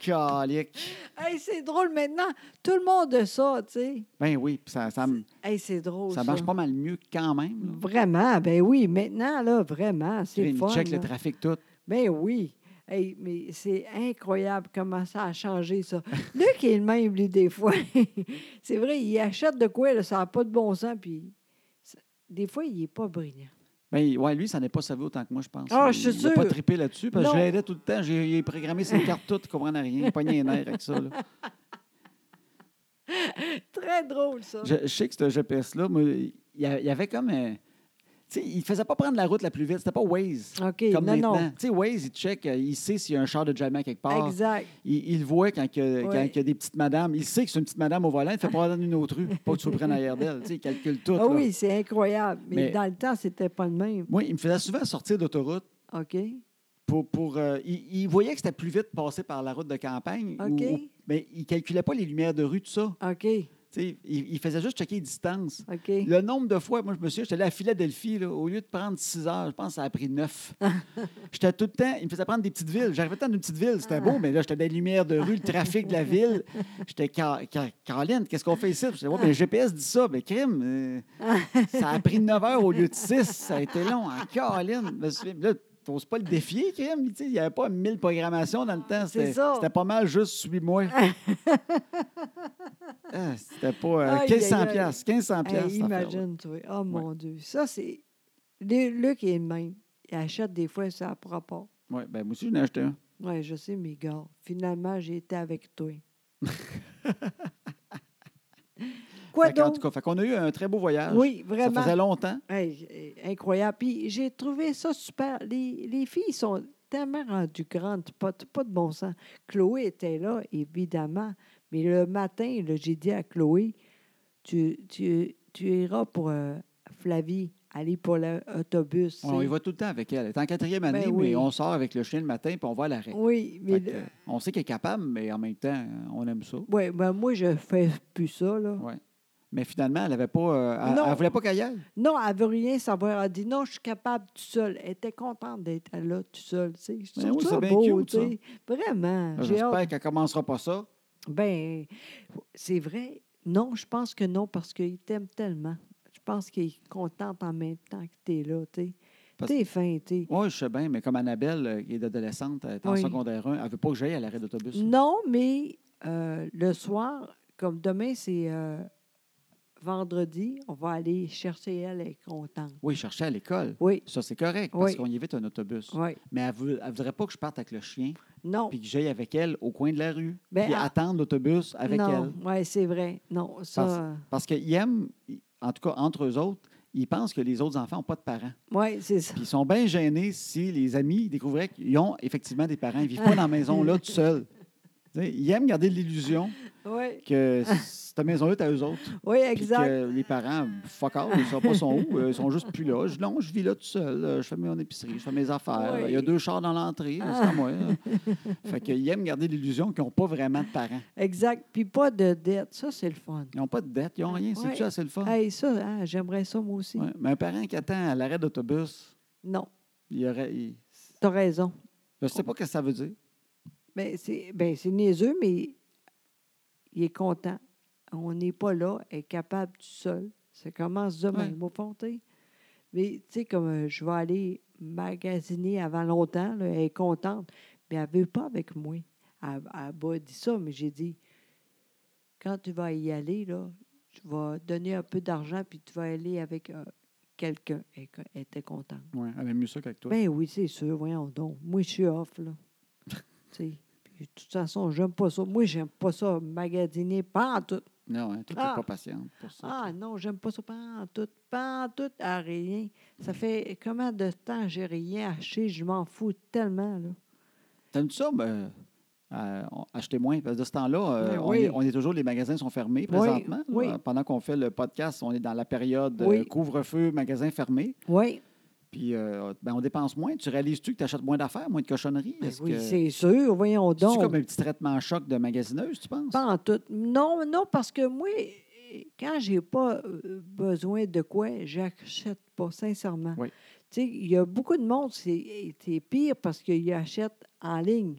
S1: Calique.
S2: Hey, c'est drôle maintenant. Tout le monde a ça, tu sais.
S1: Ben oui, puis ça, ça me.
S2: Hey, c'est drôle.
S1: Ça marche pas mal mieux quand même. là.
S2: Vraiment, ben oui, maintenant, là, vraiment,
S1: Tu
S2: c'est le fun.
S1: check
S2: là.
S1: le trafic tout.
S2: Ben oui. Hey, mais c'est incroyable comment ça a changé, ça. Luc est le même, lui, des fois. c'est vrai, il achète de quoi, là, ça n'a pas de bon sens, puis ça- des fois, il n'est pas brillant.
S1: Ben, ouais, lui, ça n'est pas servi autant que moi, je pense.
S2: Ah,
S1: Il-
S2: je suis
S1: Il n'a pas
S2: sûre.
S1: trippé là-dessus parce que je
S2: Non.
S1: l'aidais tout le temps. J'ai il a programmé ses cartes toutes, il ne comprenait rien. Il pognait les nerfs avec ça. là.
S2: Très drôle, ça.
S1: Je, je sais que ce GPS-là, moi, il y a- il y avait comme. euh, tu sais, il ne faisait pas prendre la route la plus vite. C'était pas Waze.
S2: Ah, OK,
S1: Comme
S2: non,
S1: maintenant.
S2: non.
S1: Tu sais, Waze, il check, euh, il sait s'il y a un char de Jamaica quelque part.
S2: Exact.
S1: Il, il le voit quand, il y a, quand
S2: Ouais.
S1: il y a des petites madames. Il sait que c'est une petite madame au volant. Il ne fait pas dans une autre rue. Pas que tu le prennes arrière d'elle. Tu sais, il calcule tout.
S2: Ah
S1: là.
S2: oui, c'est incroyable. Mais,
S1: Mais-
S2: dans le temps, c'était pas le même.
S1: Moi, il me faisait souvent sortir d'autoroute.
S2: OK?
S1: pour, pour, euh, il, il voyait que c'était plus vite passer par la route de campagne.
S2: OK.
S1: mais il ne calculait pas les lumières de rue, tout ça.
S2: OK,
S1: Tu sais, Il, il faisait juste checker les distances.
S2: OK.
S1: Le nombre de fois, moi, je me souviens, j'étais allé à Philadelphie, là, au lieu de prendre 6 heures, je pense que ça a pris 9. j'étais tout le temps, il me faisait prendre des petites villes. J'arrivais dans une petite ville,
S2: Ah.
S1: c'était beau, mais là, j'étais dans les lumières de rue, le trafic de la ville. J'étais, Ca- Ca- Caroline, qu'est-ce qu'on fait ici? Je ouais, mais le GPS dit ça, mais crime, euh, ça a pris 9 heures au lieu de 6, ça a été long. En Caroline, je me souviens, là, t'oses pas le défier, crime. Tu sais, Il n'y avait pas 1000 programmations dans le temps.
S2: C'est
S1: C'était
S2: ça.
S1: c'était pas mal juste suis-moi. Ah, c'était pas euh,
S2: Aïe,
S1: 1500
S2: aïe, aïe.
S1: piastres, 1500
S2: Hey,
S1: piastres, cette affaire-là.
S2: imagine, toi. Oh mon Dieu. Ça, c'est. Lu- Luc est le même. Il achète des fois, ça à propos.
S1: Oui, ben moi aussi, j'en ai acheté un.
S2: Oui, je sais, mes gars. Finalement, j'ai été avec toi. Quoi
S1: Fait qu'en tout
S2: donc?
S1: cas, fait qu'on a eu un très beau voyage.
S2: Oui,
S1: Ça
S2: vraiment.
S1: faisait longtemps.
S2: Hey, eh, incroyable. Puis j'ai trouvé ça super. Les, les filles sont tellement rendues grandes, pas, de- pas de bon sens. Chloé était là, évidemment. Mais le matin, là, j'ai dit à Chloé, tu, tu, tu iras pour euh, Flavie, aller pour l'autobus.
S1: On y va tout le temps avec elle. Elle est en quatrième année,
S2: Ben
S1: mais
S2: oui.
S1: on sort avec le chien le matin puis on va à l'arrêt.
S2: Oui,
S1: Fait
S2: mais
S1: que, euh, on sait qu'elle est capable, mais en même temps, euh, on aime ça.
S2: le- ouais, ben moi, je fais plus ça. Là.
S1: Ouais. Mais finalement, elle avait pas. euh, elle,
S2: Non.
S1: elle voulait pas qu'elle y aille.
S2: Non, elle veut rien savoir. Elle dit non, je suis capable tout seul. Elle était contente d'être là tout seul. Tu sais. Je
S1: Ben
S2: trouve
S1: oui,
S2: ça
S1: c'est bien
S2: beau,
S1: cute, Ah,
S2: tu sais. Vraiment. J'ai hâte.
S1: J'espère qu'elle commencera pas ça.
S2: Ben, c'est vrai. Non, je pense que non, parce qu'il t'aime tellement. Je pense qu'il est content en même temps que tu es là, tu sais.
S1: Parce-
S2: T'es fin, tu sais.
S1: Oui, je sais bien, mais comme Annabelle, euh, qui est adolescente, elle est en
S2: Oui. Mm.
S1: secondaire 1, elle veut pas que j'aille à l'arrêt d'autobus.
S2: Non, mais euh, le soir, comme demain, c'est euh, vendredi, on va aller chercher elle, elle est contente.
S1: Oui, chercher à l'école.
S2: Oui,
S1: Ça, c'est correct, parce
S2: Oui.
S1: qu'on y évite un autobus.
S2: oui.
S1: Mais elle veut- elle voudrait pas que je parte avec le chien.
S2: Non,
S1: puis que j'aille avec elle au coin de la rue,
S2: Oh. Ben,
S1: puis
S2: ah-
S1: attendre l'autobus avec
S2: non,
S1: elle.
S2: oui, c'est vrai. Non, ça,
S1: Parce qu'ils aiment, ils- en tout cas entre eux autres, ils pensent que les autres enfants n'ont pas de parents.
S2: oui, c'est ça.
S1: Puis ils sont bien gênés si les amis découvraient qu'ils ont effectivement des parents. Ils ne vivent pas dans la maison là tout seuls. Tu sais, Ils aiment garder l'illusion
S2: Oui,
S1: que cette maison-là est à eux autres.
S2: oui,
S1: Puis
S2: exact.
S1: que les parents, fuck off, ils ne savent pas son où, euh, ils sont juste plus là. Je, non, je vis là tout seul, euh, je fais mon épicerie, je fais mes affaires.
S2: Oui.
S1: Il y a deux chars dans l'entrée, c'est à moi. fait qu'ils aiment garder l'illusion qu'ils n'ont pas vraiment de parents.
S2: Exact. Puis pas de dette. Ça, c'est le fun.
S1: Ils n'ont pas de dette, ils n'ont rien.
S2: Ah, Ouais.
S1: C'est-tu assez le fun?
S2: Hey, ça, hein, j'aimerais ça, moi aussi.
S1: Ouais. Mais un parent qui attend à l'arrêt d'autobus,
S2: Non,
S1: il y aurait. il-
S2: t'as raison.
S1: Je ne
S2: Oh.
S1: sais pas ce que ça veut dire.
S2: Ben, c'est ben, c'est niaiseux, mais il est content. On n'est pas là, elle est capable tout seul. Ça commence demain,
S1: Ouais.
S2: au fond, tu sais. Mais, tu sais, comme euh, je vais aller magasiner avant longtemps, là, elle est contente, mais elle ne veut pas avec moi. elle n'a pas dit ça, mais j'ai dit quand tu vas y aller, là, tu vas donner un peu d'argent, puis tu vas aller avec euh, quelqu'un. Elle co- elle était contente.
S1: Ouais, elle aime mieux ça qu'avec toi.
S2: Ben oui, c'est sûr, voyons donc. Moi, je suis off, là. Tu sais, puis de toute façon, j'aime pas ça. Moi, j'aime pas ça, magasiner, pas en tout.
S1: non, hein, toi, t'es
S2: Ah!
S1: pas patiente pour ça.
S2: Ah non, j'aime pas ça, pas en tout, pas en tout, à rien. Ça fait combien de temps j'ai rien acheté, je m'en fous tellement, là.
S1: T'aimes-tu ça, ben, euh, on- acheter moins? Parce que de ce temps-là, euh,
S2: Ben
S1: on,
S2: oui.
S1: est, on est toujours, les magasins sont fermés
S2: Oui,
S1: présentement. là.
S2: oui.
S1: Pendant qu'on fait le podcast, on est dans la période euh,
S2: Oui.
S1: couvre-feu, magasin fermé.
S2: Oui,
S1: Puis, euh, ben, on dépense moins. Tu réalises-tu que tu achètes moins d'affaires, moins de cochonneries?
S2: ben
S1: Est-ce
S2: oui,
S1: que-
S2: c'est sûr, voyons
S1: C'est-tu
S2: donc.
S1: comme un petit traitement choc de magasineuse, tu penses?
S2: Pas en tout. Non, non, parce que moi, quand j'ai pas euh, besoin de quoi, j'achète pas, sincèrement.
S1: Oui.
S2: Tu sais, il y a beaucoup de monde, c'est c'est pire parce qu'ils achètent en ligne.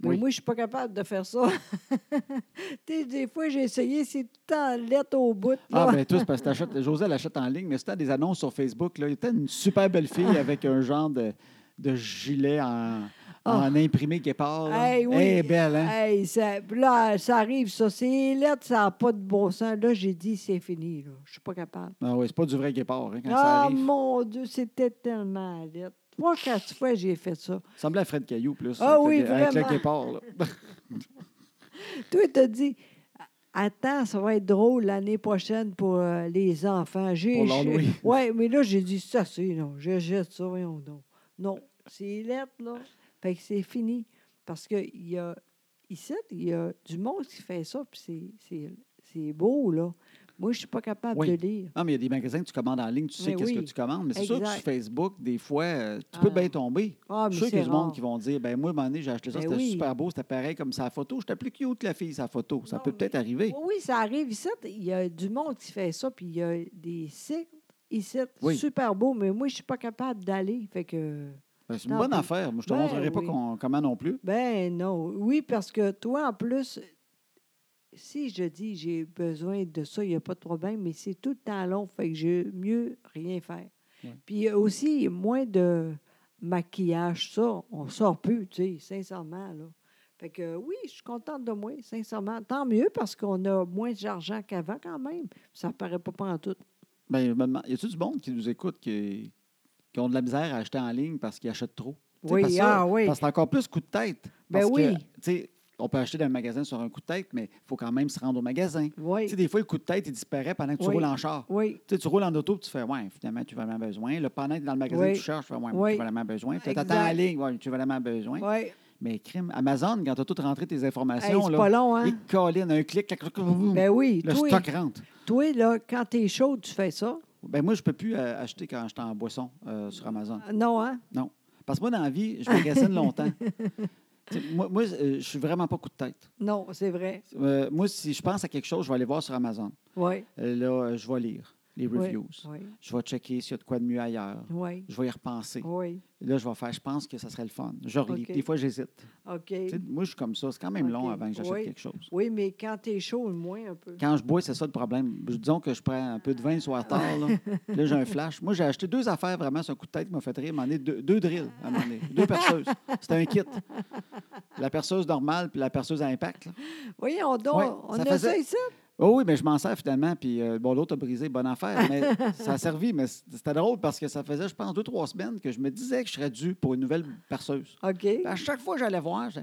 S2: Mais
S1: Oui.
S2: moi, je suis pas capable de faire ça. tu sais, des fois, j'ai essayé, c'est tout le temps lettre au bout. là.
S1: Ah, ben tous, parce que t'achètes. José, elle achète en ligne, mais c'était des annonces sur Facebook. Là. Il était une super belle fille
S2: Ah.
S1: avec un genre de, de gilet en, en imprimé guépard. là.
S2: Ah. Hey, oui.
S1: Elle est belle, hein?
S2: Hey, ça, puis là, ça arrive, ça, c'est lettre, ça n'a pas de bon sens. Là, j'ai dit, c'est fini, là. Je suis pas capable.
S1: Ah oui, c'est pas du vrai guépard hein, quand ça
S2: Ah,
S1: arrive.
S2: mon Dieu, c'était tellement lettre. Moi, quatre fois, j'ai fait ça.
S1: Ça semblait à Fred Caillou plus.
S2: Ah
S1: avec le
S2: oui,
S1: gue- avec
S2: vraiment.
S1: le guépard. là.
S2: Toi, t'as dit, attends, ça va être drôle l'année prochaine pour euh, les enfants. J'ai,
S1: Pour l'Halloween.
S2: Oui, mais là, j'ai dit, ça, c'est non. Je jette ça, voyons donc. Non, c'est lettre, là. Fait que c'est fini. Parce que il y a, ici, il y a du monde qui fait ça, puis c'est, c'est, c'est beau, là. Moi, je suis pas capable
S1: Oui.
S2: de lire.
S1: Non, mais il y a des magasins que tu commandes en ligne, tu sais
S2: Mais
S1: qu'est-ce
S2: oui.
S1: que tu commandes. Mais c'est sûr que
S2: Exact.
S1: sur Facebook, des fois, euh, tu peux
S2: Ah.
S1: bien tomber. Je
S2: Ah, mais
S1: suis sûr qu'il y a
S2: c'est
S1: du
S2: rare.
S1: monde qui vont dire ben moi, à un moment donné, j'ai acheté ça,
S2: Ben
S1: c'était
S2: oui.
S1: super beau, c'était pareil comme sa photo. J'étais plus cute que la fille, sa photo. Ça
S2: Non,
S1: peut peut-être arriver.
S2: Oui, oui, ça arrive ici. Il y a du monde qui fait ça, puis il y a des sites ici,
S1: Oui.
S2: super beaux, mais moi, je suis pas capable d'aller. Fait que...
S1: Ben, c'est une
S2: Non,
S1: bonne
S2: puis-
S1: affaire. Moi, je te
S2: Ben
S1: montrerai pas
S2: oui.
S1: qu'on- comment non plus.
S2: Ben non. Oui, parce que toi, en plus, si je dis j'ai besoin de ça, il n'y a pas de problème, mais c'est tout le temps long, fait que j'ai mieux rien faire.
S1: Ouais.
S2: Puis il y a aussi moins de maquillage, ça, on sort plus, tu sais, sincèrement, là. Fait que oui, je suis contente de moi, sincèrement. Tant mieux parce qu'on a moins d'argent qu'avant quand même. Ça paraît pas en tout.
S1: Ben, je me demande, y a-tu du monde qui nous écoute qui, qui ont de la misère à acheter en ligne parce qu'ils achètent trop? Tu sais,
S2: Oui,
S1: parce que ça-
S2: ah oui.
S1: Parce que c'est encore plus coup de tête.
S2: Ben
S1: Parce que,
S2: oui.
S1: tu sais, on peut acheter dans un magasin sur un coup de tête, mais il faut quand même se rendre au magasin. Tu
S2: Oui.
S1: sais, des fois, le coup de tête, il disparaît pendant que tu
S2: Oui.
S1: roules en char.
S2: Oui.
S1: Tu sais, tu roules en auto, puis tu fais, ouais, finalement, tu as vraiment besoin. Là, pendant que t'es dans le magasin,
S2: Oui.
S1: tu cherches, tu fais, ouais,
S2: Oui.
S1: tu as vraiment besoin. Puis là,
S2: Exact.
S1: t'attends en ligne, ouais, tu as vraiment besoin.
S2: Oui.
S1: Mais crime, Amazon, quand tu as tout rentré tes
S2: Hey,
S1: informations,
S2: c'est
S1: là,
S2: pas long,
S1: il
S2: hein?
S1: colline, un clic, clac, clac, clac, boum,
S2: Ben oui,
S1: le
S2: toi,
S1: stock rentre.
S2: toi, là, quand t'es chaud, tu fais ça.
S1: Ben moi, je peux plus euh, acheter quand je suis en boisson euh, sur Amazon.
S2: Non, hein?
S1: Non. Parce que moi, dans la vie, je magasine longtemps. Tu sais, moi, moi, euh, je suis vraiment pas coup de tête.
S2: Non, c'est vrai.
S1: Euh, moi, si je pense à quelque chose, je vais aller voir sur Amazon.
S2: Oui.
S1: Euh, là, euh, je vais lire les
S2: oui,
S1: reviews.
S2: Oui.
S1: Je vais checker s'il y a de quoi de mieux ailleurs.
S2: Oui.
S1: Je vais y repenser.
S2: Oui.
S1: Là, je vais faire, je pense que ça serait le fun. Je relis.
S2: OK.
S1: Des fois, j'hésite.
S2: OK.
S1: Tu sais, moi, je suis comme ça. C'est quand même long
S2: OK.
S1: avant que j'achète
S2: Oui.
S1: quelque chose.
S2: Oui, mais quand t'es chaud, moins un peu.
S1: Quand je bois, c'est ça le problème. Je- Disons que je prends un peu de vin soir tard. Là, Puis là, j'ai un flash. Moi, j'ai acheté deux affaires vraiment sur un coup de tête qui m'a fait rire. M'en est deux, deux drills, à un moment donné. deux perceuses. C'était un kit. La perceuse normale puis la perceuse à impact. là.
S2: Voyons donc,
S1: Ouais,
S2: on
S1: ça
S2: a
S1: faisait-
S2: ça ici?
S1: Oh oui, mais je m'en sers finalement. Puis euh, bon, l'autre a brisé, bonne affaire. Mais ça a servi. Mais c- c'était drôle parce que ça faisait, je pense, deux, trois semaines que je me disais que je serais dû pour une nouvelle perceuse.
S2: OK.
S1: Puis À chaque fois que j'allais voir, je...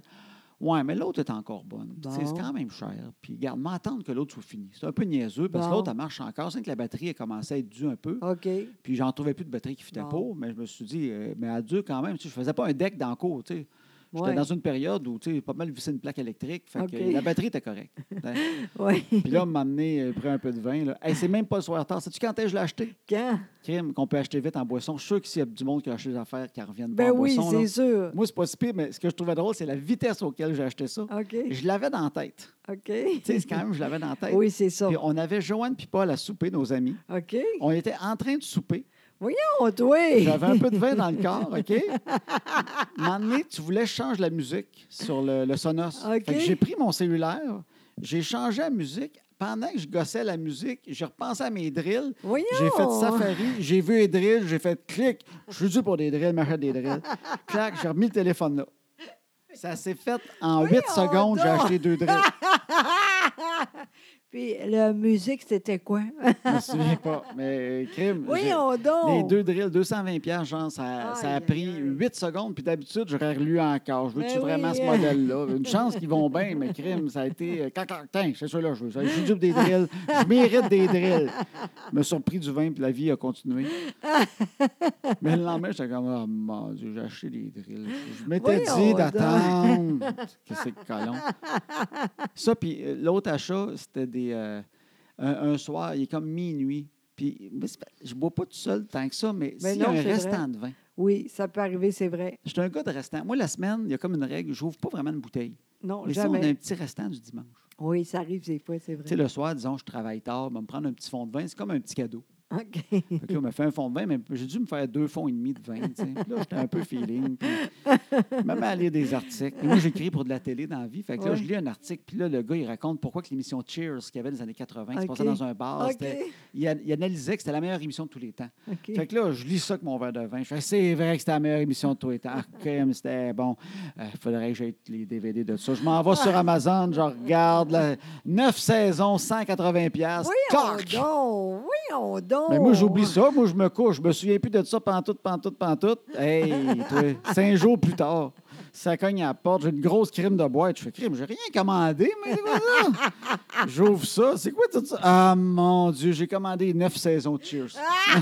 S1: ouais, mais l'autre est encore bonne. Tu sais,
S2: Bon.
S1: C'est quand même cher. Puis, garde, m'attendre que l'autre soit fini. C'est un peu niaiseux parce
S2: Bon.
S1: que l'autre, elle marche encore. C'est que la batterie a commencé à être due un peu.
S2: OK.
S1: Puis, j'en trouvais plus de batterie qui fitait
S2: Bon.
S1: pas. Mais je me suis dit, euh, mais elle dure quand même. Tu sais, je faisais pas un deck dans le cours. tu sais. J'étais
S2: Ouais.
S1: dans une période où, tu sais, pas mal vissé une plaque électrique. Fait que
S2: OK.
S1: la batterie était correcte. Ben, Puis
S2: Oui.
S1: là, m'a amené, euh, pris un peu de vin. là. Hey, c'est même pas le soir tard. Sais-tu quand est-ce que je l'ai acheté?
S2: Quand?
S1: Crime qu'on peut acheter vite en boisson. Je suis sûr que s'il y a du monde qui a acheté des affaires qui reviennent
S2: Ben
S1: pas en
S2: oui,
S1: boisson, là,
S2: c'est sûr.
S1: moi, c'est pas si pire, mais ce que je trouvais drôle, c'est la vitesse auquel j'ai acheté ça.
S2: OK.
S1: Je l'avais dans la tête.
S2: OK.
S1: Tu sais, c'est quand même, je l'avais dans la tête.
S2: Oui, c'est ça.
S1: Puis on avait Joanne puis Paul à souper, nos amis.
S2: OK.
S1: On était en train de souper.
S2: Oh, toi!
S1: J'avais un peu de vin dans le corps, OK? Un moment donné, tu voulais changer la musique sur le, le Sonos.
S2: OK.
S1: Fait que j'ai pris mon cellulaire, j'ai changé la musique. Pendant que je gossais la musique, j'ai repensé à mes drills.
S2: Voyons!
S1: J'ai fait Safari, j'ai vu les drills, j'ai fait clic. Je suis dû pour des drills, m'achète des drills. Clac, j'ai remis le téléphone là. Ça s'est fait en
S2: Oui,
S1: 8
S2: on
S1: secondes, j'ai
S2: dort.
S1: acheté deux drips.
S2: Puis la musique, c'était quoi?
S1: Je me souviens pas. Mais euh, crime. j'ai-
S2: Voyons donc!
S1: les deux drills, 220 pièces, genre, ça, ça
S2: Oh! Aïe,
S1: a
S2: aïe,
S1: pris
S2: aïe.
S1: 8 secondes. Puis d'habitude, j'aurais relu encore. Je veux-tu
S2: Ben oui,
S1: vraiment ce
S2: hein.
S1: modèle-là? Une chance qu'ils vont bien, mais crime, ça a été... euh, clac, clac, tiens, c'est celui-là que je veux. Ça, Je suis dupe des drills. Je mérite des drills. Je me suis surpris du vin, puis la vie a continué. Mais le lendemain, j'étais comme, oh mon Dieu, j'ai acheté des drills. Je m'étais
S2: Voyons
S1: dit d'attendre. Qu'est-ce que c'est que colon? Ça, puis euh, l'autre achat, c'était des... euh, un, un soir, il est comme minuit. Puis, mais c'est pas- je bois pas tout seul tant que ça, mais
S2: Ben
S1: s'il y a
S2: non,
S1: un
S2: c'est vrai.
S1: restant de vin.
S2: Oui, ça peut arriver, c'est vrai.
S1: Je suis un gars de restant. Moi, la semaine, il y a comme une règle, j'ouvre pas vraiment de bouteille.
S2: Non,
S1: Mais ça, on a
S2: jamais.
S1: un petit restant du dimanche.
S2: Oui, ça arrive des fois, c'est
S1: Tu sais,
S2: vrai.
S1: le soir, disons, je travaille tard, ben, me prendre un petit fond de vin, c'est comme un petit cadeau.
S2: OK.
S1: Fait que là, on m'a fait un fond de vin, mais j'ai dû me faire deux fonds et demi de vin. tu sais. Puis Là, j'étais un peu feeling. Puis même à lire des articles. Et moi, j'écris pour de la télé dans la vie. Fait que là,
S2: Ouais.
S1: je lis un article, puis là, le gars, il raconte pourquoi que l'émission Cheers qu'il y avait dans les années 80 qui se passait
S2: OK.
S1: dans un bar.
S2: OK.
S1: Ah, c'était- Il, a- il analysait que c'était la meilleure émission de tous les temps.
S2: OK.
S1: Fait que là, je lis ça avec mon verre de vin. Je fais, c'est vrai que c'était la meilleure émission de tous les temps. Ah, crème, c'était bon. Il faudrait que j'aie les DVD de ça. Je m'en vais
S2: Ah.
S1: sur Amazon, je regarde. la- Neuf saisons, 180$. piastres.
S2: Voyons
S1: Coq!
S2: donc! Voyons donc!
S1: Mais Ben, moi,
S2: Oh.
S1: j'oublie ça. Moi, je me couche. Je me souviens plus de ça pantoute, pantoute, pantoute. Hey, toi, cinq jours plus tard, ça cogne à la porte. J'ai une grosse crime de boîte. Je fais crime. J'ai rien commandé, mais c'est quoi ça? J'ouvre ça. C'est quoi tout ça? Ah, mon Dieu, j'ai commandé neuf saisons de Cheers.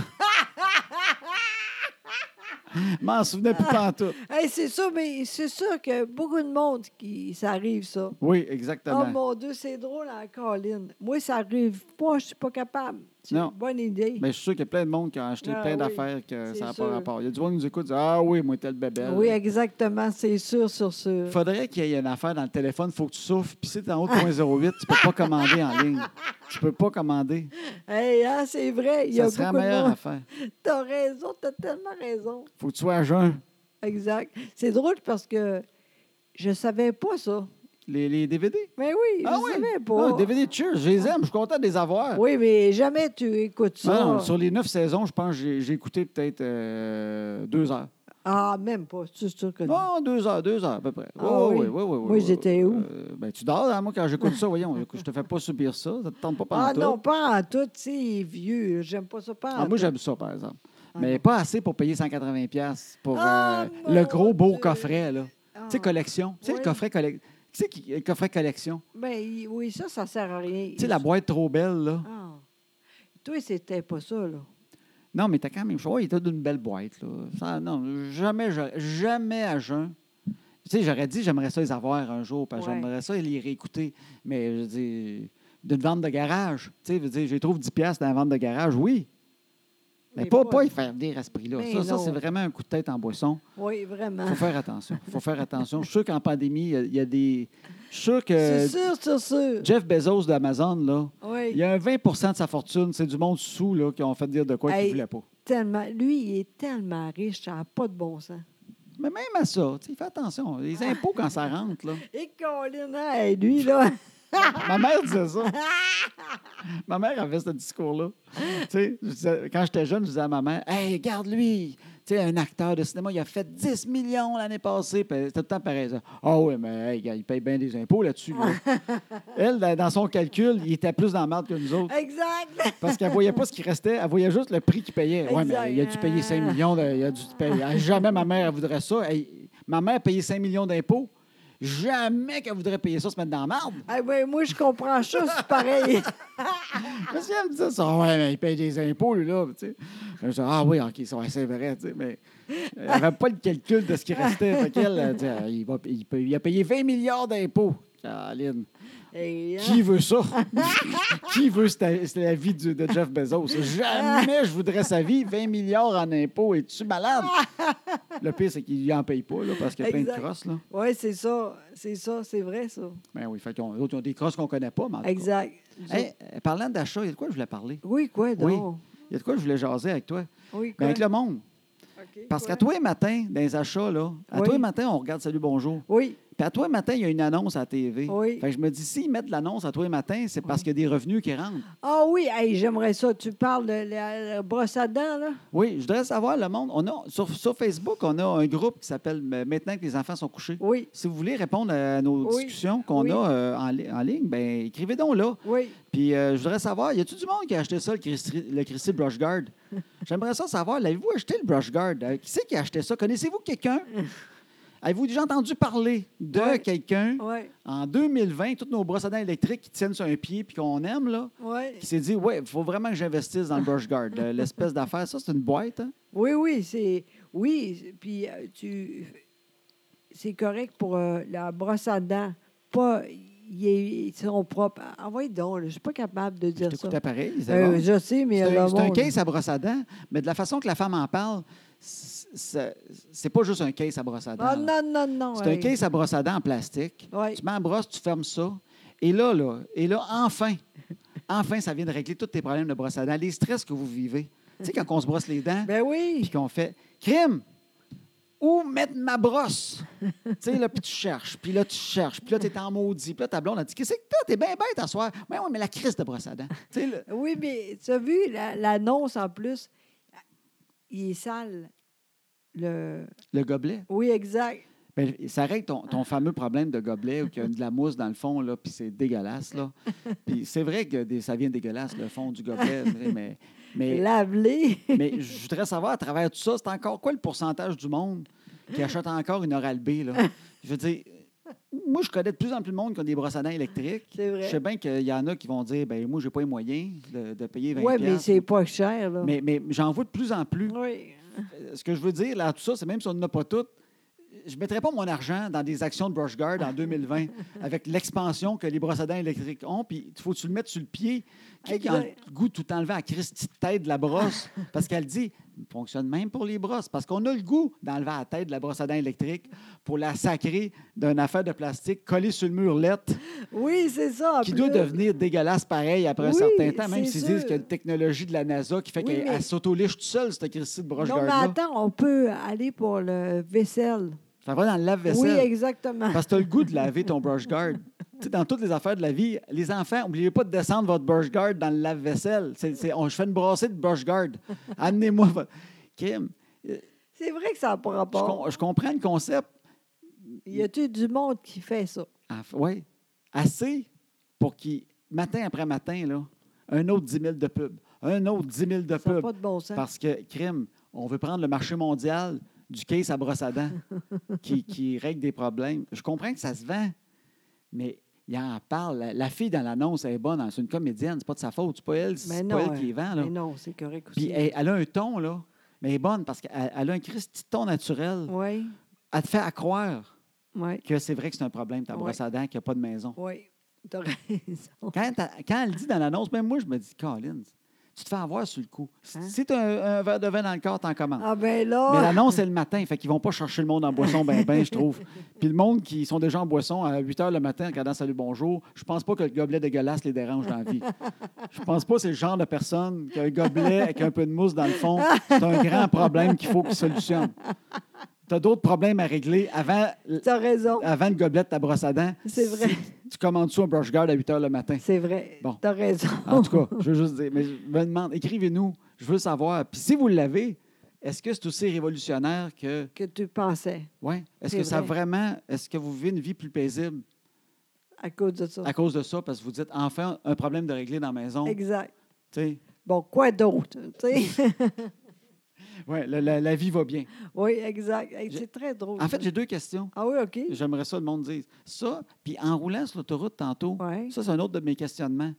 S1: M'en souvenais plus pantoute.
S2: Hey, c'est sûr, mais c'est sûr que beaucoup de monde qui ça arrive, ça.
S1: Oui,
S2: Oh
S1: exactement.
S2: mon Dieu, c'est drôle en colline. Moi, ça arrive pas, je suis pas capable. C'est
S1: Non.
S2: une bonne idée.
S1: Mais je suis sûr qu'il y a plein de monde qui a acheté
S2: Ah
S1: plein
S2: oui,
S1: d'affaires que
S2: c'est
S1: ça n'a
S2: sûr.
S1: pas rapport. Il y a du monde qui nous écoute. Ah oui, moi, tel bébé.
S2: oui, exactement, c'est sûr, sur sûr.
S1: faudrait qu'il y ait une affaire dans le téléphone, faut que tu souffles. Puis c'est en haut de 0.08, tu peux pas commander en ligne. Tu peux pas commander.
S2: Hey, hein, c'est vrai, il y
S1: Ça
S2: a beaucoup
S1: serait la
S2: de
S1: meilleure
S2: monde.
S1: affaire.
S2: T'as raison, t'as tellement raison.
S1: Faut que tu sois à jeun.
S2: Exact. C'est drôle parce que je savais pas ça.
S1: Les, les DVD.
S2: Mais oui,
S1: Ah
S2: je
S1: oui.
S2: savais
S1: Ah,
S2: pas.
S1: DVD de Cheers, je les aime, je suis content de les avoir.
S2: Oui, mais jamais tu écoutes ça.
S1: Non, sur les neuf saisons, je pense que j'ai- j'ai écouté peut-être euh, deux heures.
S2: Ah, même pas, c'est sûr que non.
S1: Non, deux heures, deux heures à peu près.
S2: Ah
S1: oui,
S2: oui.
S1: oui, oui, oui, oui,
S2: Moi,
S1: oui, oui.
S2: j'étais où?
S1: Euh, ben, tu dors, hein, moi, quand j'écoute ça, voyons, je te fais pas subir ça, ça te tente pas pendant
S2: Ah non, pas en tout, c'est vieux. J'aime pas ça, pas en
S1: Ah, moi,
S2: tout.
S1: j'aime ça, par exemple.
S2: Ah
S1: Mais pas assez pour payer 180$ piastres pour
S2: Ah,
S1: euh, le
S2: mon
S1: gros beau
S2: Dieu.
S1: coffret, là.
S2: Ah.
S1: Tu sais, collection. Tu sais,
S2: Oui.
S1: le coffret collection. Tu sais, qui- le coffret collection.
S2: Ben il- oui, ça, ça sert à rien.
S1: Tu sais, la boîte trop belle, là.
S2: Ah. Toi, c'était pas ça, là.
S1: Non, mais t'as quand même. Ouais, il était d'une belle boîte, là. Ça, non, jamais, j'aurais- jamais à jeun. Tu sais, j'aurais dit, j'aimerais ça les avoir un jour, parce que
S2: Ouais.
S1: j'aimerais ça les réécouter. Mais je veux dire, d'une vente de garage. Tu sais, je veux dire, je les trouve 10$ piastres dans la vente de garage, oui. Mais,
S2: Mais
S1: pas,
S2: pas-
S1: pas y faire dire à ce prix-là.
S2: Mais
S1: Ça, ça
S2: non.
S1: c'est vraiment un coup de tête en boisson.
S2: Oui, vraiment.
S1: faut faire attention. faut faire attention. Je suis sûr qu'en pandémie, il y a- il y, a des. Je suis sûr que
S2: C'est sûr, c'est sûr.
S1: Jeff Bezos d'Amazon, là, il
S2: Oui,
S1: y a un 20 de sa fortune, c'est du monde sous là, qui ont fait dire de quoi
S2: Hey.
S1: qu'ils ne voulaient pas.
S2: tellement. Lui, il est tellement riche, ça n'a pas de bon sens.
S1: Mais même à ça, tu sais, fais attention. Les
S2: Ah.
S1: impôts, quand ça rentre, là.
S2: Et Colin, hey, lui, là.
S1: Ma mère disait ça. Ma mère avait ce discours-là. Tu sais, je disais- quand j'étais jeune, je disais à ma mère Hey, regarde-lui Tu sais, un acteur de cinéma, il a fait 10 millions l'année passée. Puis c'était tout le temps pareil. ça. Ah oui, mais hey, gars, il paye bien des impôts là-dessus. là. Elle, dans- dans son calcul, il était plus dans la merde que nous autres.
S2: exact.
S1: Parce qu'elle voyait pas ce qui restait, elle voyait juste le prix qu'il payait. Oui,
S2: Exact.
S1: mais il a dû payer 5 millions, de- il a dû payer. Ah, Jamais ma mère elle voudrait ça. Hey, ma mère payait 5 millions d'impôts. Jamais qu'elle voudrait payer ça, se mettre dans la merde.
S2: Eh ben, moi, je comprends ça, c'est pareil.
S1: Parce qu'elle me disait ça, Ah ouais, mais il paye des impôts, lui, là. Tu sais. Je dis, ah oui, OK, ça, ouais, c'est vrai, tu sais, mais elle n'avait pas le calcul de ce qui restait. Fait qu'elle, elle dit, Ah, il, va- il peut- il a payé 20 milliards d'impôts. Caroline,
S2: Et, hein,
S1: qui veut ça? qui veut cette- cette- la vie du- de Jeff Bezos? Jamais je voudrais sa vie. 20 milliards en impôts, es-tu malade? Le pire, c'est qu'il n'en paye pas, là, parce qu'il y a plein de
S2: Exact.
S1: crosses, là.
S2: Oui, c'est ça. C'est ça, c'est vrai, ça.
S1: Ben oui, fait qu'on, d'autres, ils ont des crosses qu'on ne connaît pas, mais en tout cas.
S2: Exact.
S1: Hey, euh, parlant d'achat, il y a de quoi je voulais parler?
S2: Oui, quoi, donc?
S1: Il y a de quoi je voulais jaser avec toi?
S2: Oui,
S1: Ben,
S2: quoi?
S1: avec le monde.
S2: OK,
S1: Parce
S2: quoi?
S1: qu'à tous les matins, dans les achats, là, à
S2: Oui.
S1: tous les matins, on regarde Salut, bonjour.
S2: Oui,
S1: Puis à toi, matin, il y a une annonce à la TV.
S2: Oui.
S1: Fait que je me dis, s'ils mettent l'annonce à toi, matin, c'est parce
S2: Oui.
S1: qu'il y a des revenus qui rentrent.
S2: Ah oui, hey, j'aimerais ça. Tu parles de la, la brosse à dents, là?
S1: Oui, je voudrais savoir, le monde, on a, sur, sur Facebook, on a un groupe qui s'appelle euh, Maintenant que les enfants sont couchés.
S2: Oui,
S1: Si vous voulez répondre à nos
S2: Oui.
S1: discussions qu'on
S2: Oui.
S1: a euh, en, li- en ligne, ben écrivez donc là.
S2: oui.
S1: Puis euh, je voudrais savoir, y a-tu du monde qui a acheté ça, le Christi, le Christy Brush Guard? J'aimerais ça savoir, l'avez-vous acheté le Brush Guard? Euh, qui c'est qui a acheté ça? Connaissez-vous quelqu'un? Avez-vous déjà entendu parler de
S2: Ouais.
S1: quelqu'un
S2: Oui,
S1: en 2020, toutes nos brosses à dents électriques qui tiennent sur un pied puis qu'on aime, là,
S2: oui.
S1: qui s'est dit, ouais, il faut vraiment que j'investisse dans le Brush Guard, euh, l'espèce d'affaire. Ça, c'est une boîte. hein?
S2: Oui, oui, c'est. Oui, c'est- puis euh, tu. C'est correct pour euh, la brosse à dents. Pas. Ils est- ils sont propres. Envoyez donc, là, je suis pas capable de
S1: Je
S2: dire ça.
S1: t'écoute pareil. c'est
S2: Euh,
S1: bon.
S2: je sais, mais.
S1: C'est
S2: le
S1: un, c'est un
S2: monde-
S1: case à brosse à dents, mais de la façon que la femme en parle, c'est- c'est c'est pas juste un case à brosse à dents.
S2: Ah,
S1: là.
S2: non, non, non.
S1: C'est un case à brosse à dents en plastique.
S2: Oui.
S1: Tu mets en brosse, tu fermes ça. Et là, là, et là, enfin, enfin, ça vient de régler tous tes problèmes de brosse à dents, les stress que vous vivez. Tu sais, quand on se brosse les dents,
S2: Ben oui.
S1: puis qu'on fait crime, où mettre ma brosse? tu sais, là, puis tu cherches, puis là, tu cherches, puis là, t'es en maudit, puis là, ta blonde a dit, qu'est-ce que t'as? T'es bien bête à soir. Mais ouais, mais la crise de brosse à dents. Tu sais, là,
S2: Oui, mais tu as vu la- l'annonce en plus? Il est sale. Le...
S1: le gobelet.
S2: Oui, exact.
S1: Ben, ça règle ton, ton fameux problème de gobelet où il y a de la mousse dans le fond, là, puis c'est dégueulasse. Là. Puis c'est vrai que des- ça vient dégueulasse, le fond du gobelet, mais, mais, mais,
S2: Lave-les.
S1: mais je voudrais savoir, à travers tout ça, c'est encore quoi le pourcentage du monde qui achète encore une Oral B? Là? Je veux dire, moi, je connais de plus en plus de monde qui ont des brosses à dents électriques.
S2: C'est
S1: Je
S2: vrai.
S1: sais bien qu'il y en a qui vont dire, ben moi, j'ai pas les moyens de, de payer 20
S2: Oui, mais c'est pas cher, là.
S1: mais, mais j'en vois de plus en plus.
S2: Oui.
S1: Euh, ce que je veux dire, là, tout ça, c'est même si on n'en a pas toutes, je ne mettrais pas mon argent dans des actions de Brush Guard en 2020 avec l'expansion que les brosses à dents électriques ont. Puis il faut que tu le mettes sur le pied. Qui, qui a le
S2: Exact.
S1: goût de tout enlever à Christy de tête de la brosse? Parce qu'elle dit, il fonctionne même pour les brosses. Parce qu'on a le goût d'enlever à la tête de la brosse à dents électrique pour la sacrer d'une affaire de plastique collée sur le mur lettre
S2: Oui, c'est ça. en
S1: qui
S2: plus.
S1: doit devenir dégueulasse pareil après un
S2: Ah, Oui,
S1: certain temps, même
S2: c'est
S1: s'ils
S2: sûr.
S1: disent qu'il y a une technologie de la NASA qui fait
S2: Oui,
S1: qu'elle
S2: mais-
S1: elle s'auto-liche toute seule, cette Christy de Brush
S2: Non, mais
S1: Guard-là.
S2: attends, on peut aller pour le vaisselle.
S1: Ça va dans le
S2: Oui,
S1: lave-vaisselle.
S2: exactement.
S1: Parce que tu as le goût de laver ton brush guard. Tu sais, dans toutes les affaires de la vie, les enfants, n'oubliez pas de descendre votre brush guard dans le lave-vaisselle. C'est- c'est- on- Je fais une brassée de brush guard. Amenez-moi votre. Kim,
S2: C'est vrai que ça n'a pas
S1: je,
S2: rapport.
S1: com- je comprends le concept.
S2: Y a-tu du monde qui fait ça?
S1: oui, assez pour qu'il, matin après matin, là, un autre 10 000 de pub, un autre 10 000 de
S2: Ça n'a
S1: pub.
S2: pas de bon sens.
S1: Parce que, crime, on veut prendre le marché mondial du case à brosse à dents qui, qui règle des problèmes. Je comprends que ça se vend, mais il en parle. La, la fille dans l'annonce, elle est bonne. hein. C'est une comédienne. C'est pas de sa faute. C'est pas elle,
S2: Mais
S1: c'est pas
S2: non, hein.
S1: elle qui les vend. Là.
S2: Mais non, c'est correct
S1: Puis
S2: aussi.
S1: elle, elle a un ton, là. Mais elle est bonne parce qu'elle elle a un Christi de ton naturel.
S2: Oui,
S1: Elle te fait à croire
S2: oui,
S1: que c'est vrai que c'est un problème, ta
S2: Ouais.
S1: brosse à dents, qu'il n'y a pas de maison.
S2: oui. T'as raison.
S1: Quand, elle- quand elle dit dans l'annonce, même moi, je me dis, Colin, tu te fais avoir sur le coup. Si-
S2: Hein?
S1: Si tu as un, un verre de vin dans le corps, t'en commandes.
S2: Ah ben
S1: Mais
S2: là,
S1: l'annonce est le matin, fait qu'ils vont pas chercher le monde en boisson ben ben, je trouve. Puis le monde qui sont déjà en boisson à 8 h le matin en regardant Salut Bonjour, je pense pas que le gobelet dégueulasse les dérange dans la vie. Je pense pas que c'est le genre de personne qui a un gobelet avec un peu de mousse dans le fond. C'est un grand problème qu'il faut qu'ils solutionnent. Tu as d'autres problèmes à régler avant,
S2: t'as raison.
S1: avant le gobelet de ta brosse à dents.
S2: C'est vrai.
S1: Si Tu commandes ça un brush guard à 8 h le matin.
S2: C'est vrai.
S1: Bon.
S2: T'as raison.
S1: En tout cas, je veux juste dire, mais je me demande, écrivez-nous, je veux savoir. Puis si vous l'avez, est-ce que c'est aussi révolutionnaire que
S2: Que tu pensais
S1: Oui. Est-ce
S2: C'est
S1: que ça
S2: vrai.
S1: vraiment. Est-ce que vous vivez une vie plus paisible
S2: à cause de ça.
S1: à cause de ça parce que vous dites enfin un problème de régler dans la maison? Tu
S2: Exact.
S1: sais,
S2: Bon, quoi d'autre? tu sais?
S1: ouais, la, la- la vie va bien.
S2: oui, exact. Hey,
S1: Je-
S2: C'est très drôle.
S1: En fait,
S2: ça.
S1: j'ai deux questions.
S2: Ah oui, OK.
S1: J'aimerais ça, le monde dise. Ça, puis en roulant sur l'autoroute tantôt,
S2: Ouais.
S1: ça, c'est un autre de mes questionnements.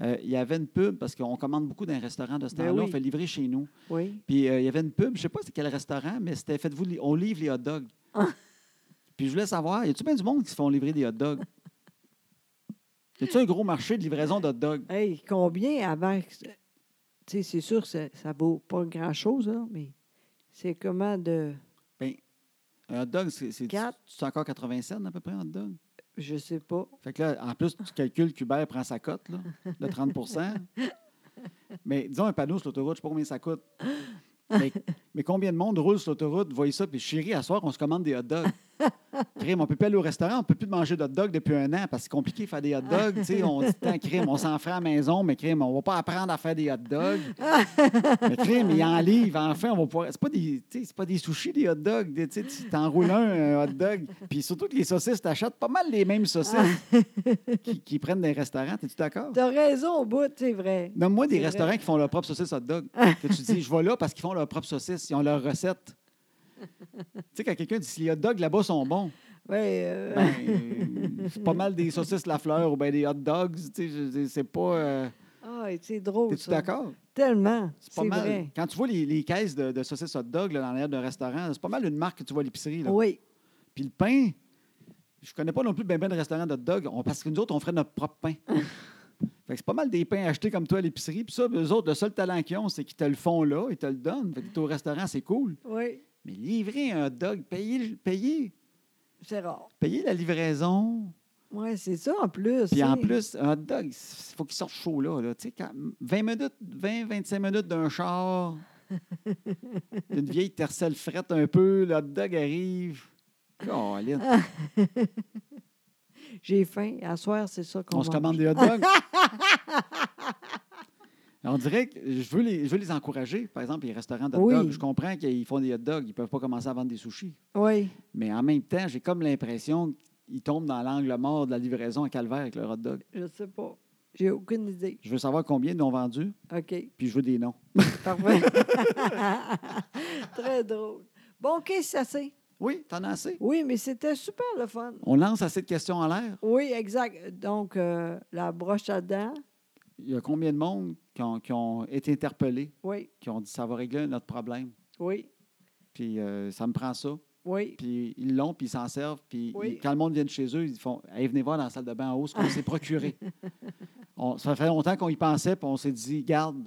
S1: Euh, Il y avait une pub, parce qu'on commande beaucoup d'un restaurant de ce
S2: Ben
S1: temps-là, on
S2: oui.
S1: fait livrer chez nous.
S2: Oui.
S1: Puis euh, il y avait une pub, je sais pas c'est quel restaurant, mais c'était faites-vous, li- on livre les hot dogs. Puis je voulais savoir, y a-tu bien du monde qui se font livrer des hot dogs? y a-tu un gros marché de livraison d'hot dogs?
S2: Hey, combien avant. que- Tu sais, c'est sûr que ça, ça vaut pas grand-chose, hein, mais c'est comment de.
S1: Un hot dog, c'est c'est-
S2: Quatre.
S1: c'est encore 80 cents à peu près, un hot dog.
S2: Je sais pas.
S1: Fait que là, en plus, tu calcules qu'Uber prend sa cote là, de 30 Mais disons un panneau sur l'autoroute, je ne sais pas combien ça coûte. Mais, mais combien de monde roule sur l'autoroute, voit ça, puis chérie, à soir, on se commande des hot dogs. Crime, on peut plus aller au restaurant, on peut plus manger de hot dog depuis un an parce que c'est compliqué de faire des hot dogs. tu sais, on dit tant crime, on s'en fera à la maison, mais crime, on va pas apprendre à faire des hot dogs. mais crime, il en livre, enfin, on va pouvoir. C'est pas des, tu sais, c'est pas des sushis, des hot dogs. des- Tu sais, tu t'enroules un, un hot dog. Puis surtout que les saucisses, t'achètes pas mal les mêmes saucisses qui, qui prennent des restaurants. Es-tu d'accord?
S2: T'as raison au bout, c'est vrai.
S1: Donne-moi
S2: C'est
S1: des
S2: vrai.
S1: restaurants qui font leur propre saucisse hot dog. que tu dis, je vais là parce qu'ils font leur propre saucisse, ils ont leur recette. tu sais, quand quelqu'un dit si les hot dogs là-bas sont bons,
S2: Ouais, euh,
S1: ben, euh, c'est pas mal des saucisses La Fleur ou ben des hot dogs. Tu sais, je veux dire, c'est pas. euh,
S2: ah, et c'est drôle.
S1: T'es-tu
S2: ça.
S1: d'accord?
S2: Tellement.
S1: C'est pas
S2: c'est
S1: mal.
S2: vrai.
S1: Quand tu vois les, les caisses de, de saucisses hot dog là, dans l'air d'un restaurant, c'est pas mal une marque que tu vois à l'épicerie. là.
S2: Oui.
S1: Puis le pain, je connais pas non plus bien ben de restaurant d'hot dog, on- parce que nous autres, on ferait notre propre pain. fait que c'est pas mal des pains achetés comme toi à l'épicerie. Puis ça, eux autres, le seul talent qu'ils ont, c'est qu'ils te le font là, ils te le donnent. Fait que t'es au restaurant, c'est cool.
S2: Oui.
S1: Mais livrer un hot dog, payer, le- payer,
S2: C'est rare.
S1: payer la livraison.
S2: Oui, c'est ça en plus. hein.
S1: Puis en
S2: tu sais.
S1: plus, un hot dog, il faut qu'il sorte chaud là. là. Tu sais, quand- 20 minutes, 20, 25 minutes d'un char, une vieille tercelle frette un peu, le hot dog arrive. Colin.
S2: J'ai faim. À soir, c'est ça qu'on
S1: On se
S2: mange.
S1: commande des hot dogs. On dirait que je veux, les, je veux les encourager. Par exemple, les restaurants de hot
S2: Oui.
S1: dogs. Je comprends qu'ils font des hot dogs. Ils ne peuvent pas commencer à vendre des sushis.
S2: Oui.
S1: Mais en même temps, j'ai comme l'impression qu'ils tombent dans l'angle mort de la livraison à calvaire avec leur hot dog.
S2: Je sais pas. J'ai aucune idée.
S1: Je veux savoir combien ils ont vendu,
S2: OK.
S1: puis je veux des noms.
S2: Parfait. Très drôle. Bon, OK, c'est assez.
S1: Oui, t'en as assez.
S2: Oui, mais c'était super le fun.
S1: On lance assez de questions en l'air.
S2: Oui, exact. Donc, euh, la broche à dents,
S1: Il y a combien de monde qui ont, qui ont été interpellés,
S2: oui,
S1: qui ont dit ça va régler notre problème,
S2: oui,
S1: puis euh, ça me prend ça.
S2: oui.
S1: puis ils l'ont, puis ils s'en servent, puis
S2: Oui.
S1: ils- quand le monde vient de chez eux, ils font Hey, venez voir dans la salle de bain en haut ce qu'on s'est procuré. On- ça fait longtemps qu'on y pensait, puis on s'est dit Garde,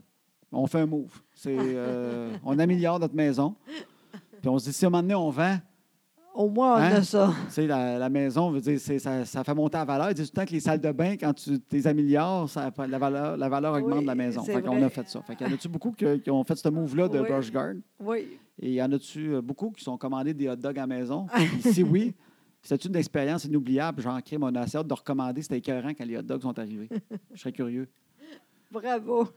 S1: on fait un move. C'est, euh, on améliore notre maison. Puis on se dit Si à un moment donné, on vend,
S2: Au moins, on
S1: Hein?
S2: a ça.
S1: tu sais, la, la maison, veut dire, c'est- ça, ça fait monter la valeur. Ils disent tout le temps que les salles de bain, quand tu les améliores, ça, la, valeur, la valeur augmente
S2: Oui,
S1: de la maison.
S2: c'est
S1: Fait qu'on
S2: vrai.
S1: a fait ça. Fait qu'il y en a-tu beaucoup que- qui ont fait ce move-là de
S2: Oui.
S1: Brush Guard?
S2: Oui,
S1: Et y en a-tu euh, beaucoup qui sont commandés des hot dogs à la maison? Puis si oui, c'est une expérience inoubliable. J'en crée mon assez hâte de recommander. C'était écœurant quand les hot dogs sont arrivés. Je serais curieux.
S2: bravo.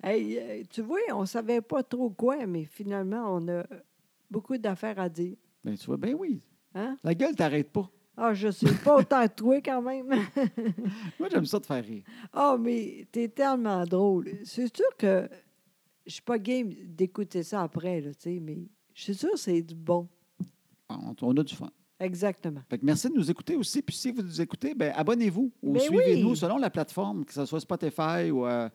S2: Hey, euh, tu vois, on ne savait pas trop quoi, mais finalement, on a beaucoup d'affaires à dire.
S1: Ben, tu vois, ben oui.
S2: Hein?
S1: La gueule, t'arrête pas.
S2: Ah, je ne suis pas autant troué quand même.
S1: Moi, j'aime ça de faire rire.
S2: Ah, mais t'es tellement drôle. C'est sûr que je suis pas game d'écouter ça après, là, tu sais, mais je suis sûre que c'est du bon.
S1: On, on a du fun.
S2: Exactement.
S1: Fait que merci de nous écouter aussi. Puis si vous nous écoutez, ben, abonnez-vous ou
S2: Ben
S1: suivez-nous
S2: oui.
S1: selon la plateforme, que ce soit Spotify ou euh,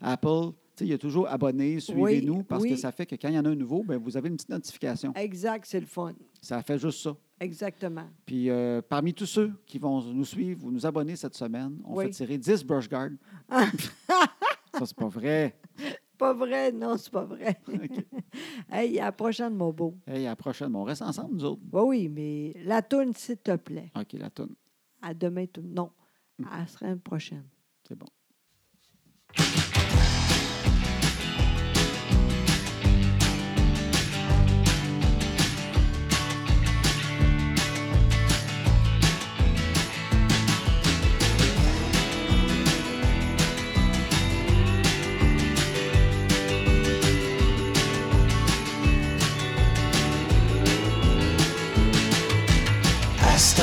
S1: Apple. Tu sais, Il y a toujours abonnés, suivez-nous, parce
S2: oui.
S1: que ça fait que quand il y en a un nouveau, ben, vous avez une petite notification.
S2: Exact, c'est le fun.
S1: Ça fait juste ça.
S2: Exactement.
S1: Puis euh, parmi tous ceux qui vont nous suivre ou nous abonner cette semaine, on
S2: Oui.
S1: fait tirer 10 brush guards. ça, c'est pas vrai.
S2: Pas vrai, non, c'est pas vrai.
S1: OK.
S2: hey, à la prochaine, mon beau.
S1: Hey, à la prochaine. mais On reste ensemble, nous autres.
S2: Oui, oui, mais la tourne, s'il te plaît.
S1: OK, la toune.
S2: À demain, tout. Non, à la semaine prochaine.
S1: C'est bon.
S3: À ce temps